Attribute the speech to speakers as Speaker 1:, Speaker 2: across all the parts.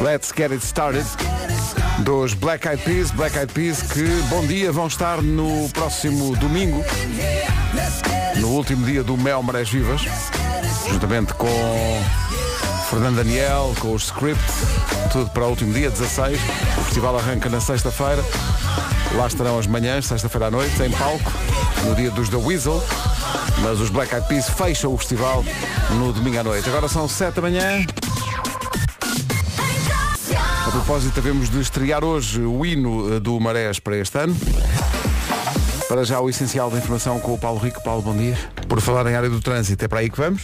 Speaker 1: Let's Get It Started dos Black Eyed Peas, Black Eyed Peas que bom dia vão estar no próximo domingo, no último dia do Mel Marés Vivas, juntamente com Fernando Daniel, com o script, tudo para o último dia, 16. O festival arranca na sexta-feira. Lá estarão as manhãs, sexta-feira à noite, em palco, no dia dos The Weasel. Mas os Black Eyed Peas fecham o festival no domingo à noite. Agora são 7 da manhã. A propósito, havemos de estrear hoje o hino eh, do Marés para este ano. Para já o essencial da informação com o Paulo Rico. Paulo, bom dia. Por falar em área do trânsito, é para aí que vamos?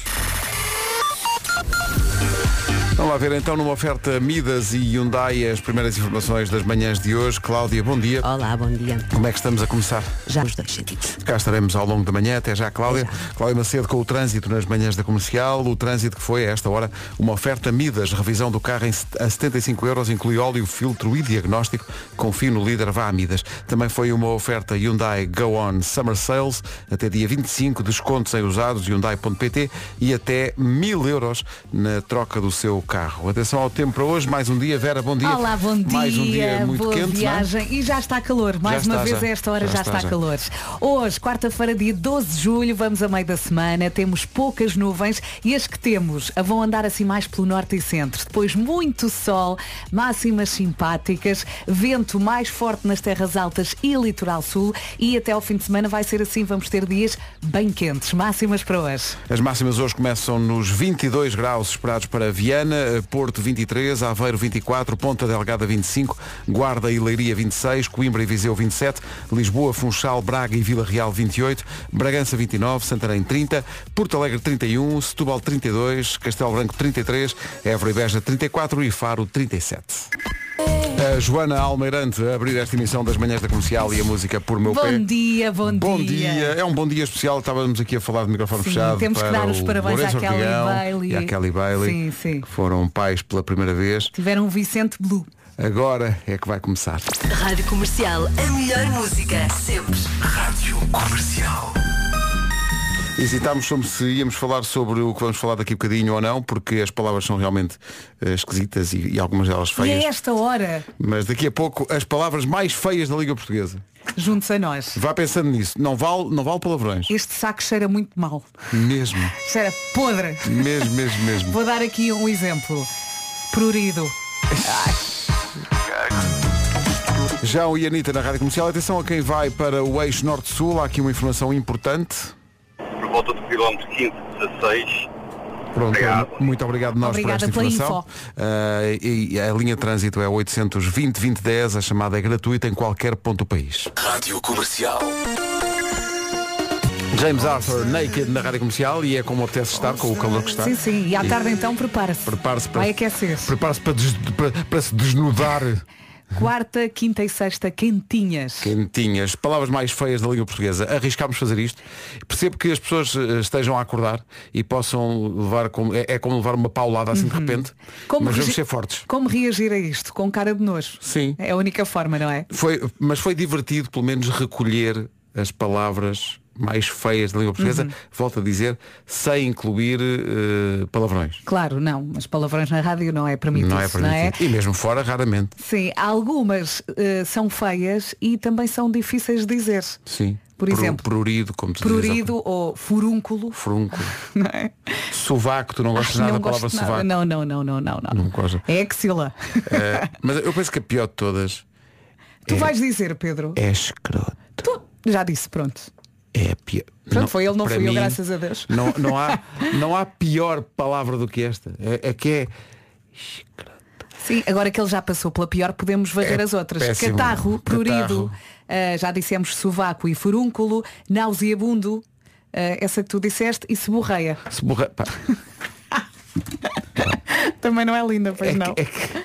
Speaker 1: Vamos lá ver então numa oferta Midas e Hyundai as primeiras informações das manhãs de hoje. Cláudia, bom dia.
Speaker 2: Olá, bom dia.
Speaker 1: Como é que estamos a começar?
Speaker 2: Já os dois sentidos.
Speaker 1: Cá estaremos ao longo da manhã. Até já, Cláudia. Cláudia Macedo com o trânsito nas manhãs da comercial. O trânsito que foi, a esta hora, uma oferta Midas. Revisão do carro em set- a 75 euros, inclui óleo, filtro e diagnóstico. Confie no líder, vá a Midas. Também foi uma oferta Hyundai Go On Summer Sales. Até dia 25, descontos em usados, Hyundai.pt e até mil euros na troca do seu carro. Atenção ao tempo para hoje. Mais um dia. Vera, bom dia.
Speaker 3: Olá, bom dia.
Speaker 1: Mais um dia muito
Speaker 3: Boa
Speaker 1: quente, não é?
Speaker 3: viagem. E já está calor. Mais
Speaker 1: Já
Speaker 3: uma
Speaker 1: está,
Speaker 3: vez
Speaker 1: já.
Speaker 3: a esta hora
Speaker 1: Já
Speaker 3: já,
Speaker 1: está,
Speaker 3: está,
Speaker 1: já.
Speaker 3: calor. Hoje, quarta-feira, dia 12 de julho, vamos a meio da semana. Temos poucas nuvens e as que temos vão andar assim mais pelo norte e centro. Depois muito sol, máximas simpáticas, vento mais forte nas terras altas e litoral sul. E até ao fim de semana vai ser assim. Vamos ter dias bem quentes. Máximas para hoje.
Speaker 1: As máximas hoje começam nos 22 graus esperados para Viana, eh, Porto 23, Aveiro 24, Ponta Delgada 25, Guarda e Leiria 26, Coimbra e Viseu 27, Lisboa, Funchal, Braga e Vila Real 28, Bragança 29, Santarém 30, Porto Alegre 31, Setúbal 32, Castelo Branco 33, Évora e Beja 34 e Faro 37. A Joana Almeirante a abrir esta emissão das manhãs da comercial e a música por meu pé.
Speaker 3: Bom dia, bom,
Speaker 1: Bom dia. é um bom dia especial, estávamos aqui a falar de microfone
Speaker 3: Sim,
Speaker 1: fechado.
Speaker 3: temos que
Speaker 1: para
Speaker 3: dar os
Speaker 1: o
Speaker 3: parabéns
Speaker 1: Lourenço
Speaker 3: à Kelly
Speaker 1: Ortigão
Speaker 3: Bailey.
Speaker 1: E à Kelly Bailey,
Speaker 3: Sim, sim.
Speaker 1: que foram pais pela primeira vez.
Speaker 3: Tiveram um Vicente Blue.
Speaker 1: Agora é que vai começar.
Speaker 2: Rádio Comercial, a melhor música sempre.
Speaker 1: Hesitámos sobre se íamos falar sobre o que vamos falar daqui a bocadinho ou não, porque as palavras são realmente eh, esquisitas e, e algumas delas
Speaker 3: E
Speaker 1: feias.
Speaker 3: a esta hora,
Speaker 1: Mas daqui a pouco as palavras mais feias da Liga Portuguesa.
Speaker 3: juntos a nós.
Speaker 1: Vá pensando nisso. Não vale, não vale palavrões.
Speaker 3: Este saco cheira muito mal.
Speaker 1: Mesmo,
Speaker 3: Cheira podre.
Speaker 1: mesmo, mesmo, mesmo.
Speaker 3: Vou dar aqui um exemplo. Prurido.
Speaker 1: Já o Ianita na Rádio Comercial. Atenção a quem vai para o eixo norte-sul. Há aqui uma informação importante.
Speaker 4: por volta do quilómetro 15, 16.
Speaker 1: Pronro,
Speaker 4: Obrigado.
Speaker 1: olha, muito obrigado nós
Speaker 3: Obrigada
Speaker 1: por esta
Speaker 3: pela
Speaker 1: informação. Ah, e e a linha de trânsito é 820-2010, a chamada é gratuita em qualquer ponto do país.
Speaker 5: Rádio Comercial.
Speaker 1: James Arthur, naked na rádio comercial e é como apetece estar, com o calor que está.
Speaker 3: Sim, sim. E à tarde então prepara-se.
Speaker 1: Tá. Prepare-se para,
Speaker 3: Vai aquecer.
Speaker 1: prepare-se para, des- para- para se desnudar.
Speaker 3: Quarta, quinta e sexta quentinhas.
Speaker 1: Quentinhas, palavras mais feias da língua portuguesa. Arriscámos fazer isto. Percebo que as pessoas eh, estejam a acordar e possam levar, com, é, é como levar uma paulada assim de repente, mas vamos
Speaker 3: Uhum. regi-
Speaker 1: ser fortes.
Speaker 3: Como reagir a isto? Com cara de nojo.
Speaker 1: Sim.
Speaker 3: É a única forma, não é?
Speaker 1: Foi, mas foi divertido, pelo menos, recolher as palavras mais feias da língua portuguesa,
Speaker 3: Uhum.
Speaker 1: volto a dizer, sem incluir eh, palavrões.
Speaker 3: Claro, não. Mas palavrões na rádio não é permitido.
Speaker 1: não é permitido. E mesmo fora, raramente.
Speaker 3: Sim, algumas eh, são feias e também são difíceis de dizer.
Speaker 1: Sim.
Speaker 3: Por
Speaker 1: Pru-
Speaker 3: exemplo,
Speaker 1: Prurido, como tu dizes.
Speaker 3: Prurido ou furúnculo.
Speaker 1: Frunco.
Speaker 3: Não é?
Speaker 1: Sovaco, tu não gostas
Speaker 3: Ai,
Speaker 1: nada
Speaker 3: não
Speaker 1: da palavra
Speaker 3: gosto nada.
Speaker 1: sovaco.
Speaker 3: Não, não, não, não, não, não.
Speaker 1: Não gosta.
Speaker 3: É axila.
Speaker 1: Eh, mas eu penso que a pior de todas
Speaker 3: tu
Speaker 1: é-
Speaker 3: vais dizer, Pedro.
Speaker 1: é escroto.
Speaker 3: Tu já disse, pronto.
Speaker 1: É a pior.
Speaker 3: Pronto, foi ele, não
Speaker 1: para
Speaker 3: fui eu, graças a Deus.
Speaker 1: Não, não, há, não há pior palavra do que esta. É, é que é.
Speaker 3: Sim, agora que ele já passou pela pior, podemos varrer
Speaker 1: É
Speaker 3: as outras.
Speaker 1: péssimo.
Speaker 3: Catarro, prurido,
Speaker 1: Catarro.
Speaker 3: ah, já dissemos sovaco e furúnculo, nauseabundo, ah, essa que tu disseste, e seborreia.
Speaker 1: é, Se borra... pá,
Speaker 3: Também não é linda, pois
Speaker 1: É
Speaker 3: não.
Speaker 1: que, é, que,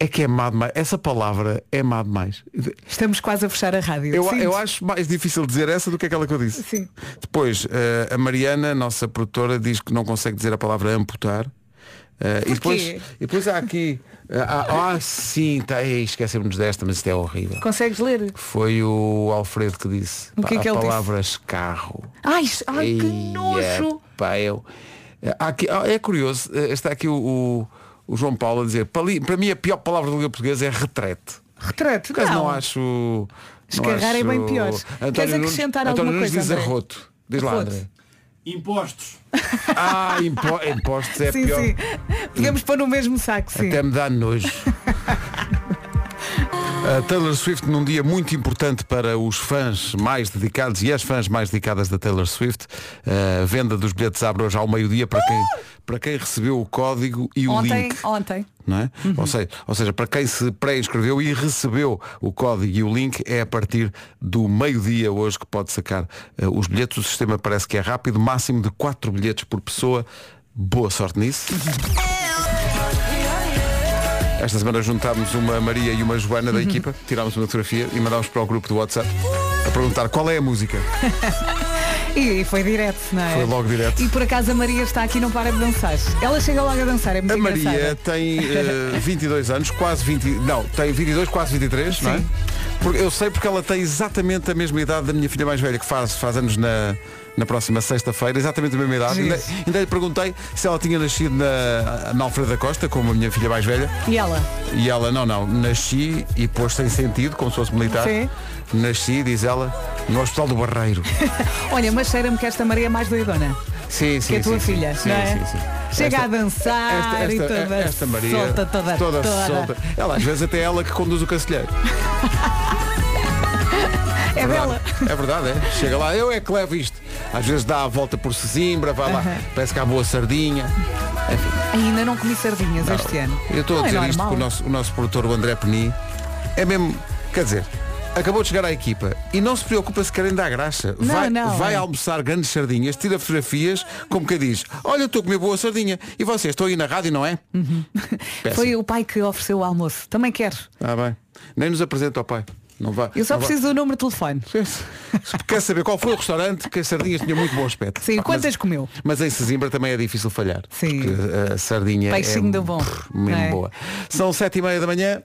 Speaker 1: é que é má demais. Essa palavra é má demais.
Speaker 3: Estamos quase a fechar a rádio.
Speaker 1: Eu,
Speaker 3: Sinto.
Speaker 1: eu acho mais difícil dizer essa do que aquela que eu disse.
Speaker 3: Sim.
Speaker 1: Depois, eh, a Mariana, nossa produtora, diz que não consegue dizer a palavra amputar. Eh, e, depois, e depois há aqui. eh, há- Ah, sim, tá, ei, esquecemos desta, mas isto é horrível.
Speaker 3: Consegues ler?
Speaker 1: Foi o Alfredo que disse
Speaker 3: O que é
Speaker 1: pá,
Speaker 3: que ele
Speaker 1: a
Speaker 3: disse?
Speaker 1: palavra escarro.
Speaker 3: Ai, ai que
Speaker 1: Ia,
Speaker 3: nojo!
Speaker 1: é, pá, eu- Há aqui- ah, é curioso, eh, está aqui o, o, o João Paulo a dizer, para, li- para mim a pior palavra da língua portuguesa é retrete.
Speaker 3: Retrato,
Speaker 1: Por acaso
Speaker 3: não.
Speaker 1: não, acho.
Speaker 3: Escarrar
Speaker 1: não
Speaker 3: é
Speaker 1: acho-
Speaker 3: bem pior. Queres acrescentar
Speaker 1: Nunes,
Speaker 3: alguma
Speaker 1: António Nunes
Speaker 3: coisa,
Speaker 1: diz
Speaker 3: André?
Speaker 1: arroto. Diz lá,
Speaker 3: Arroto.
Speaker 1: André.
Speaker 5: Impostos.
Speaker 1: Ah, impo- impostos é
Speaker 3: sim,
Speaker 1: pior.
Speaker 3: sim. Podemos pôr no mesmo saco, sim.
Speaker 1: Até me dá nojo. A Taylor Swift num dia muito importante para os fãs mais dedicados e as fãs mais dedicadas da Taylor Swift. A venda dos bilhetes abre hoje ao meio-dia para quem, para quem recebeu o código e o
Speaker 3: Uh! Ontem,
Speaker 1: link.
Speaker 3: ontem.
Speaker 1: Não é? ou, seja, ou seja, para quem se pré-inscreveu e recebeu o código e o link, é a partir do meio-dia hoje que pode sacar eh, os bilhetes. O sistema parece que é rápido, máximo de 4 bilhetes por pessoa. Boa sorte nisso. Esta semana juntámos uma Maria e uma Joana da equipa, tirámos uma fotografia e mandámos para o grupo do WhatsApp a perguntar qual é a música.
Speaker 3: E, e foi direto, não é?
Speaker 1: Foi logo direto.
Speaker 3: E por acaso a Maria está aqui e não para de dançar. Ela chega logo a dançar, é muito
Speaker 1: A Maria
Speaker 3: engraçada.
Speaker 1: tem eh, 22 anos, quase 20, não, tem 22, quase 23, não é?
Speaker 3: Sim.
Speaker 1: Porque eu sei porque ela tem exatamente a mesma idade da minha filha mais velha, que faz, faz anos na, na próxima sexta-feira, exatamente a mesma idade.
Speaker 3: Giro.
Speaker 1: Ainda, ainda lhe perguntei se ela tinha nascido na, na Alfreda Costa, como a minha filha mais velha,
Speaker 3: E ela?
Speaker 1: e ela, não, não, nasci e pôs sem sentido, como se fosse militar.
Speaker 3: Sim.
Speaker 1: Nasci, diz ela, no Hospital do Barreiro.
Speaker 3: Olha, mas cheira-me que esta Maria é mais doidona.
Speaker 1: Sim, sim,
Speaker 3: que é a tua
Speaker 1: sim,
Speaker 3: filha,
Speaker 1: sim,
Speaker 3: não
Speaker 1: sim,
Speaker 3: é?
Speaker 1: sim, sim.
Speaker 3: Chega
Speaker 1: Esta-
Speaker 3: a dançar
Speaker 1: Esta,
Speaker 3: e
Speaker 1: esta- eh,
Speaker 3: toda
Speaker 1: esta Maria,
Speaker 3: solta, toda,
Speaker 1: toda
Speaker 3: toda.
Speaker 1: solta. Ela às vezes até é ela que conduz o cancelheiro.
Speaker 3: É dela.
Speaker 1: É verdade, é. Chega lá, eu é que levo isto. Às vezes dá a volta por Sesimbra, vai lá, parece que há boa sardinha.
Speaker 3: Ainda não comi sardinhas este ano.
Speaker 1: Eu estou a
Speaker 3: Não é
Speaker 1: dizer isto
Speaker 3: normal.
Speaker 1: porque o nosso, o nosso produtor, o André Peni, é mesmo, quer dizer, acabou de chegar à equipa e não se preocupa se querem dar graça.
Speaker 3: Não,
Speaker 1: vai
Speaker 3: não,
Speaker 1: vai
Speaker 3: é.
Speaker 1: almoçar grandes sardinhas, tira fotografias, como que diz, olha, eu estou a comer boa sardinha. E vocês, estão aí na rádio, não é? Péssimo.
Speaker 3: Foi o pai que ofereceu o almoço. Também quero.
Speaker 1: Ah, bem. Nem nos apresenta ao pai. Não vai.
Speaker 3: Eu só
Speaker 1: não vai.
Speaker 3: preciso do número de telefone.
Speaker 1: Se Quer saber qual foi o restaurante que as sardinhas tinham muito bom aspecto.
Speaker 3: Sim,
Speaker 1: Pá,
Speaker 3: quantas
Speaker 1: mas,
Speaker 3: comeu?
Speaker 1: Mas em Sesimbra também é difícil falhar.
Speaker 3: Sim.
Speaker 1: Porque a sardinha
Speaker 3: Peixinho
Speaker 1: é
Speaker 3: do bom,
Speaker 1: pff,
Speaker 3: não
Speaker 1: mesmo
Speaker 3: é?
Speaker 1: boa. São sete e meia da manhã.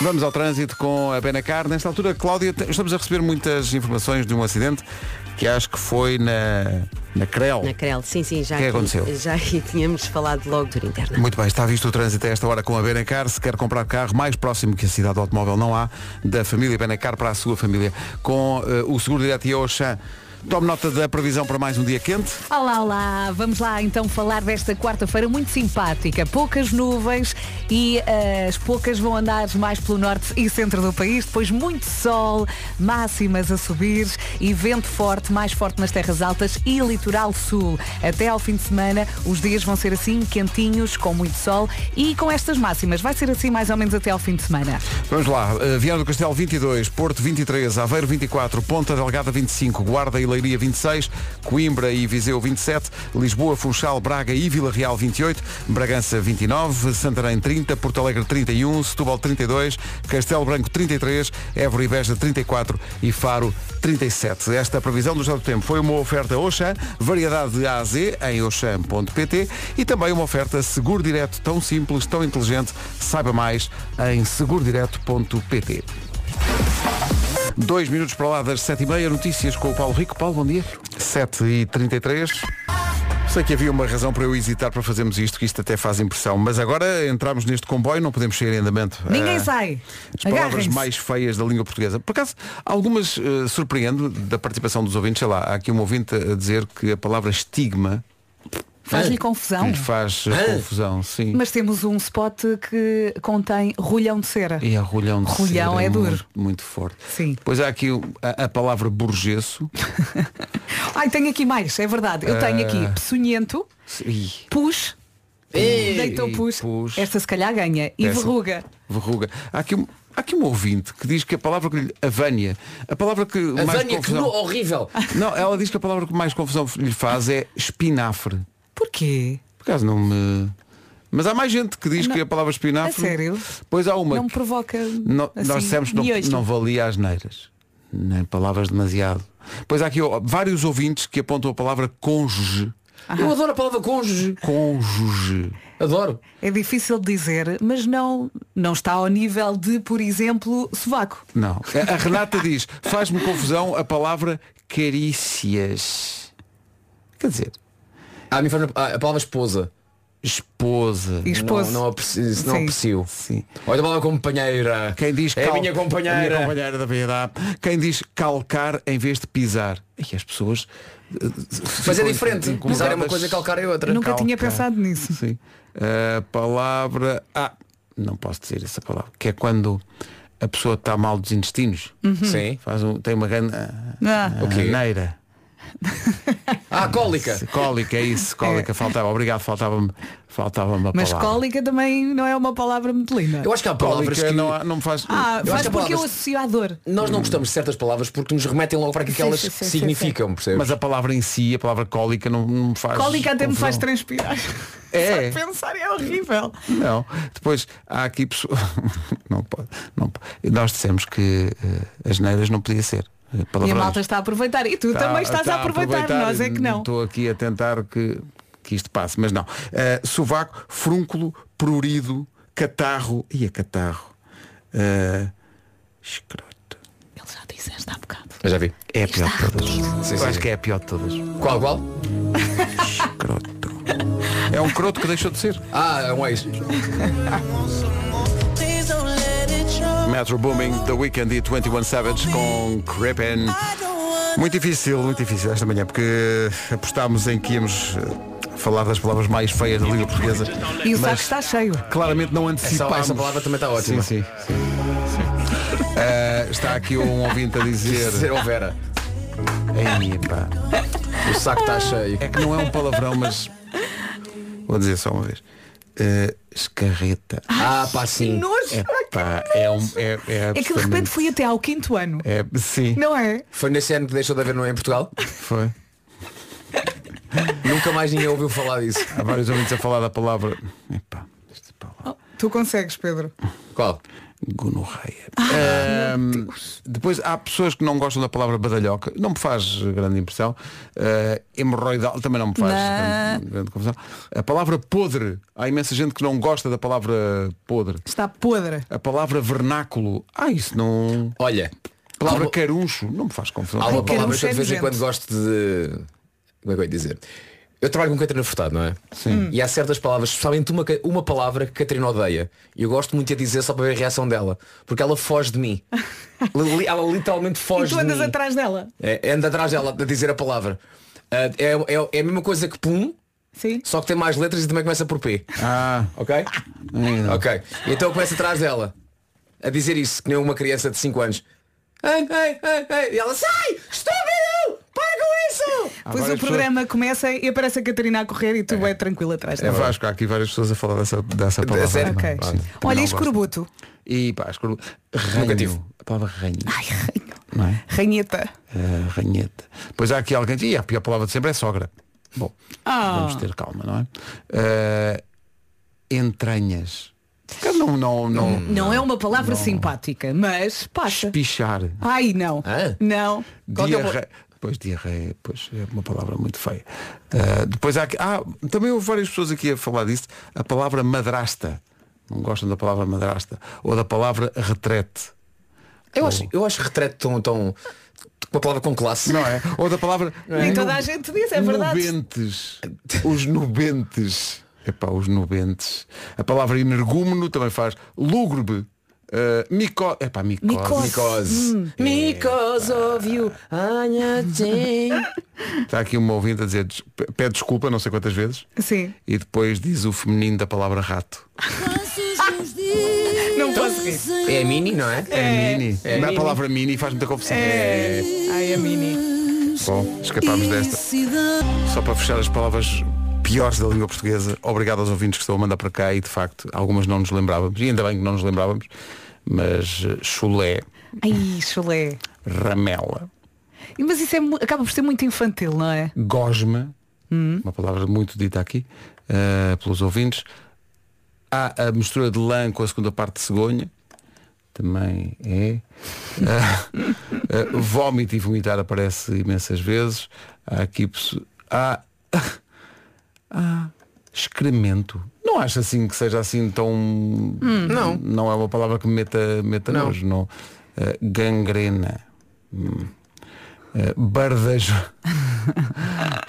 Speaker 1: Vamos ao trânsito com a Benacar. Nesta altura, Cláudia, te- estamos a receber muitas informações de um acidente que acho que foi na, na Crel.
Speaker 2: Na Crel, sim, sim, já
Speaker 1: O que é que
Speaker 2: aqui-
Speaker 1: aconteceu?
Speaker 2: Já aqui tínhamos falado logo do interna.
Speaker 1: Muito bem, está visto o trânsito a esta hora com a Benacar. Se quer comprar carro, mais próximo que a cidade do automóvel não há, da família Benacar para a sua família. Com eh, o seguro direto e a Auchan, tome nota da previsão para mais um dia quente.
Speaker 3: Olá, olá! Vamos lá então falar desta quarta-feira muito simpática. Poucas nuvens e eh, as poucas vão andar mais pelo norte e centro do país. Depois muito sol, máximas a subir e vento forte, mais forte nas terras altas e litoral sul. Até ao fim de semana os dias vão ser assim, quentinhos, com muito sol e com estas máximas. Vai ser assim mais ou menos até ao fim de semana.
Speaker 1: Vamos lá, eh, Viana do Castelo 22, Porto 23, Aveiro 24, Ponta Delgada 25, Guarda e Leiria 26, Coimbra e Viseu 27, Lisboa, Funchal, Braga e Vila Real 28, Bragança 29, Santarém 30, Porto Alegre 31, Setúbal 32, Castelo Branco 33, Évora e Beja 34 e Faro 37. Esta previsão do Estado do Tempo foi uma oferta Oxã, variedade de A a Z em oxam.pt e também uma oferta Seguro Direto, tão simples, tão inteligente. Saiba mais em segurodireto.pt. Dois minutos para lá das sete e meia, notícias com o Paulo Rico. Paulo, bom dia. 7 e 33 Sei que havia uma razão para eu hesitar para fazermos isto, que isto até faz impressão, mas agora entramos neste comboio, não podemos sair em andamento.
Speaker 3: Ninguém
Speaker 1: Ah,
Speaker 3: sai.
Speaker 1: As palavras
Speaker 3: Agarrem-se.
Speaker 1: mais feias da língua portuguesa. Por acaso, algumas eh, surpreendo da participação dos ouvintes. Sei lá, há aqui um ouvinte a dizer que a palavra estigma
Speaker 3: Faz-lhe confusão.
Speaker 1: lhe faz eh,
Speaker 6: Ah.
Speaker 1: confusão, sim.
Speaker 3: Mas temos um spot que contém rolhão de cera.
Speaker 1: E a rolhão de
Speaker 3: Rolhão
Speaker 1: cera
Speaker 3: é duro.
Speaker 1: Muito, muito forte.
Speaker 3: Sim.
Speaker 1: Pois há aqui o- a, a palavra burgesso.
Speaker 3: Ai, tenho aqui mais, é verdade. Eu tenho aqui peçonhento,
Speaker 1: Ih,
Speaker 3: pus, deitou
Speaker 1: Ei,
Speaker 3: pus.
Speaker 1: pus.
Speaker 3: Esta se calhar ganha. E
Speaker 1: Péssimo.
Speaker 3: verruga.
Speaker 1: Verruga. Há aqui, um, há aqui um ouvinte que diz que a palavra que lhe. Avânia. A palavra que
Speaker 6: A
Speaker 1: É mais
Speaker 6: Vânia, que
Speaker 1: confusão.
Speaker 6: no, horrível.
Speaker 1: Não, ela diz que a palavra que mais confusão lhe faz é espinafre.
Speaker 3: Porquê?
Speaker 1: Por acaso não me. Mas há mais gente que diz
Speaker 3: Não.
Speaker 1: que a palavra espinafre.
Speaker 3: A sério?
Speaker 1: Pois há uma.
Speaker 3: Não me
Speaker 1: que-
Speaker 3: provoca.
Speaker 1: Não-
Speaker 3: assim,
Speaker 1: nós dissemos que não,
Speaker 3: miolho.
Speaker 1: não valia as neiras. Nem palavras demasiado. Pois há aqui ó, vários ouvintes que apontam a palavra cônjuge.
Speaker 6: Eu adoro a palavra cônjuge.
Speaker 1: Cônjuge.
Speaker 6: Adoro.
Speaker 3: É difícil de dizer, mas não, não está ao nível de, por exemplo, sovaco.
Speaker 1: Não. A- A Renata diz, faz-me confusão a palavra carícias. Quer dizer,
Speaker 6: Ah, a mim faz a, a palavra esposa.
Speaker 5: esposa.
Speaker 3: Esposa.
Speaker 6: Não, não aprecio. Não
Speaker 3: Sim.
Speaker 6: aprecio.
Speaker 5: Sim.
Speaker 6: Olha lá a companheira.
Speaker 1: Quem diz
Speaker 6: é a
Speaker 1: cal-
Speaker 6: minha companheira.
Speaker 1: a minha companheira da vida. Quem diz calcar em vez de pisar. E as pessoas. eh,
Speaker 6: Mas é
Speaker 1: ficam
Speaker 6: diferente.
Speaker 1: incomodadas.
Speaker 6: Pisar é uma coisa, calcar é outra.
Speaker 3: Nunca tinha
Speaker 1: calcar.
Speaker 3: pensado nisso.
Speaker 1: Sim. A palavra. Ah, não posso dizer essa palavra. Que é quando a pessoa está mal dos intestinos.
Speaker 3: Uhum.
Speaker 6: Sim.
Speaker 1: Faz um, tem uma grande. ah,
Speaker 3: Ah.
Speaker 1: ah,
Speaker 6: quê?
Speaker 1: Neira.
Speaker 6: Ah, cólica.
Speaker 1: Cólica, é isso, cólica, faltava, obrigado, faltava-me faltava uma
Speaker 3: Mas
Speaker 1: palavra.
Speaker 3: cólica também não é uma palavra muito linda.
Speaker 6: Eu acho que há palavras
Speaker 1: Cólica
Speaker 6: que
Speaker 1: não, há- não me faz.
Speaker 3: Ah,
Speaker 6: Eu acho
Speaker 3: faz
Speaker 6: que é a
Speaker 3: porque eu
Speaker 6: palavra-
Speaker 3: associo à dor.
Speaker 6: nós não gostamos de certas palavras porque nos remetem logo para
Speaker 3: Sim,
Speaker 6: aquelas
Speaker 3: sim, sim,
Speaker 6: que
Speaker 3: sim,
Speaker 6: significam, percebes?
Speaker 1: Mas a palavra em si, a palavra cólica, não, não me faz.
Speaker 3: Cólica até me
Speaker 1: confusão.
Speaker 3: faz transpirar.
Speaker 1: É.
Speaker 3: Só de pensar é horrível.
Speaker 1: Não. Depois há aqui pessoas. não pode. Não pode. Nós dissemos que eh, as neiras não podia ser. eh,
Speaker 3: E a
Speaker 1: palavrões.
Speaker 3: malta está a aproveitar. E tu
Speaker 1: Tá-
Speaker 3: também estás
Speaker 1: tá
Speaker 3: a aproveitar, nós é que não.
Speaker 1: Estou aqui a tentar que, que isto passe, mas não. Eh, sovaco, frúnculo, prurido, catarro. Ia catarro. Eh, escroto.
Speaker 3: Ele já disseste há bocado.
Speaker 6: Eu já vi.
Speaker 1: É a pior de todas.
Speaker 6: Sim,
Speaker 1: Eu
Speaker 6: sim,
Speaker 1: acho
Speaker 6: sim.
Speaker 1: que é a pior de todas.
Speaker 6: Qual, qual?
Speaker 1: Escroto. É um croto que deixou de ser.
Speaker 6: Ah, é um ex.
Speaker 1: Metro Booming, The Weekend e 21 Savage com Creepin. Muito difícil, muito difícil esta manhã, porque apostámos em que íamos eh, falar das palavras mais feias da língua portuguesa.
Speaker 3: E o saco
Speaker 1: mas
Speaker 3: está cheio.
Speaker 1: claramente não
Speaker 6: Essa,
Speaker 1: antecipámos.
Speaker 6: essa palavra também está ótima.
Speaker 1: Sim, sim. sim, sim. Eh, está aqui um ouvinte a dizer.
Speaker 6: Dizer ao Vera,
Speaker 1: Ei, pá.
Speaker 6: o saco está cheio.
Speaker 1: É que não é um palavrão, mas. Vou dizer só uma vez. Eh, escarreta.
Speaker 6: Ah, pá, sim.
Speaker 3: Nojo.
Speaker 1: Pá, é um. É, é,
Speaker 3: É que de repente
Speaker 1: absolutamente-
Speaker 3: fui até ao quinto ano.
Speaker 1: É, sim,
Speaker 3: Não é?
Speaker 6: Foi nesse ano que deixou de haver não é em Portugal.
Speaker 1: foi.
Speaker 6: Nunca mais ninguém ouviu falar disso.
Speaker 1: Há vários ouvintes a falar da palavra. Epá, esta palavra.
Speaker 3: Tu consegues, Pedro.
Speaker 6: Qual?
Speaker 1: Gonorreia.
Speaker 6: Ah,
Speaker 1: Ahm, depois há pessoas que não gostam da palavra badalhoca. Não me faz grande impressão. Ah, hemorroidal também não me faz
Speaker 3: Não.
Speaker 1: grande, grande confusão. A palavra podre. Há imensa gente que não gosta da palavra podre.
Speaker 3: Está podre.
Speaker 1: A palavra vernáculo. Ah, isso não.
Speaker 6: Olha,
Speaker 1: A palavra
Speaker 6: Há uma-
Speaker 1: caruncho. Não me faz confusão.
Speaker 6: há uma
Speaker 3: que
Speaker 6: palavra
Speaker 3: era
Speaker 6: que eu de vez em
Speaker 3: urgente.
Speaker 6: quando gosto de. Como é que eu ia dizer? Eu trabalho com Catarina Furtado, não é?
Speaker 3: Hum.
Speaker 6: Sim. E há certas palavras, especialmente uma, ca- uma palavra que Catarina odeia. E eu gosto muito de a dizer só para ver a reação dela. Porque ela foge de mim. Li- ela literalmente
Speaker 3: E
Speaker 6: foge
Speaker 3: tu
Speaker 6: de
Speaker 3: andas
Speaker 6: mim.
Speaker 3: atrás dela.
Speaker 6: É, anda atrás dela a dizer a palavra. Ah, é, é- é a mesma coisa que pum,
Speaker 3: Sim.
Speaker 6: só que tem mais letras e também começa por P.
Speaker 1: Ah,
Speaker 6: Ok?
Speaker 1: não.
Speaker 6: Ok. Então eu começo atrás dela a dizer isso, que nem uma criança de 5 anos. Ei, ei, ei, ei. E ela sai! Estúpido! Para com isso!
Speaker 1: Há
Speaker 3: Pois o
Speaker 1: várias
Speaker 3: programa começa e aparece a Catarina a correr e tu é, tranquilo atrás
Speaker 1: É
Speaker 3: dela.
Speaker 1: Vasco, há aqui várias pessoas a falar dessa, dessa palavra.
Speaker 6: sério?
Speaker 1: Não,
Speaker 3: Ok.
Speaker 1: sim.
Speaker 3: Olha,
Speaker 1: Não gosto.
Speaker 3: escorbuto.
Speaker 1: E pá, escorbuto. Ranho.
Speaker 6: Nunca tive.
Speaker 1: A palavra ranho.
Speaker 3: Ai, ranho.
Speaker 1: Não é?
Speaker 3: Ranheta.
Speaker 1: Eh, ranheta. Pois há aqui alguém que diz, "Ih, a pior palavra de sempre é sogra. Bom,
Speaker 3: Ah.
Speaker 1: vamos ter calma, não é? Eh, entranhas. Cara, Não, não, não.
Speaker 3: Não é uma palavra simpática, mas passa.
Speaker 1: Espichar.
Speaker 3: Ai, não.
Speaker 6: Hã?
Speaker 3: Não. Ah, Qual que é o-
Speaker 1: Diarreia. Pois diarreia, pois é uma palavra muito feia. Eh, depois há aqui. Ah, também houve várias pessoas aqui a falar disso. A palavra madrasta. Não gostam da palavra madrasta. Ou da palavra retrete.
Speaker 6: Eu acho, eu acho retrato tão, tão. Uma palavra com classe.
Speaker 1: Não é? Ou da palavra.
Speaker 3: Nem toda a gente diz, é verdade.
Speaker 1: Nubentes. Os nubentes. Epá, os nubentes. A palavra energúmeno também faz. Lúgubre. Uh, mico... Epá, micose.
Speaker 3: Micose. Hum.
Speaker 6: Micose. Micose of you.
Speaker 1: Está aqui uma ouvinte a dizer, des- pe- pede desculpa não sei quantas vezes.
Speaker 3: Sim.
Speaker 1: E depois diz o feminino da palavra rato.
Speaker 3: Não posso rir.
Speaker 6: É a mini, não é?
Speaker 1: É, mini.
Speaker 6: é
Speaker 1: a
Speaker 6: mini.
Speaker 1: palavra mini faz muita confusão.
Speaker 3: É. Ai, a mini.
Speaker 1: Bom, escapámos desta. Só para fechar as palavras piores da língua portuguesa, obrigado aos ouvintes que estão a mandar para cá e de facto algumas não nos lembrávamos, e ainda bem que não nos lembrávamos, mas eh, chulé,
Speaker 3: Ai, chulé.
Speaker 1: ramela,
Speaker 3: E, Mas isso é mu- acaba por ser muito infantil, não é?
Speaker 1: gosma, uma palavra muito dita aqui eh, pelos ouvintes. Há a mistura de lã com a segunda parte de cegonha, também é. Ah, ah, vómito e vomitar aparece imensas vezes. Há aqui pesso- há, há excremento. Não acho assim que seja assim tão.
Speaker 6: Hum. Não.
Speaker 1: Não é uma palavra que me meta, meta
Speaker 6: Não.
Speaker 1: nojo, não. Ah, gangrena. Hum. Ah, bardajo.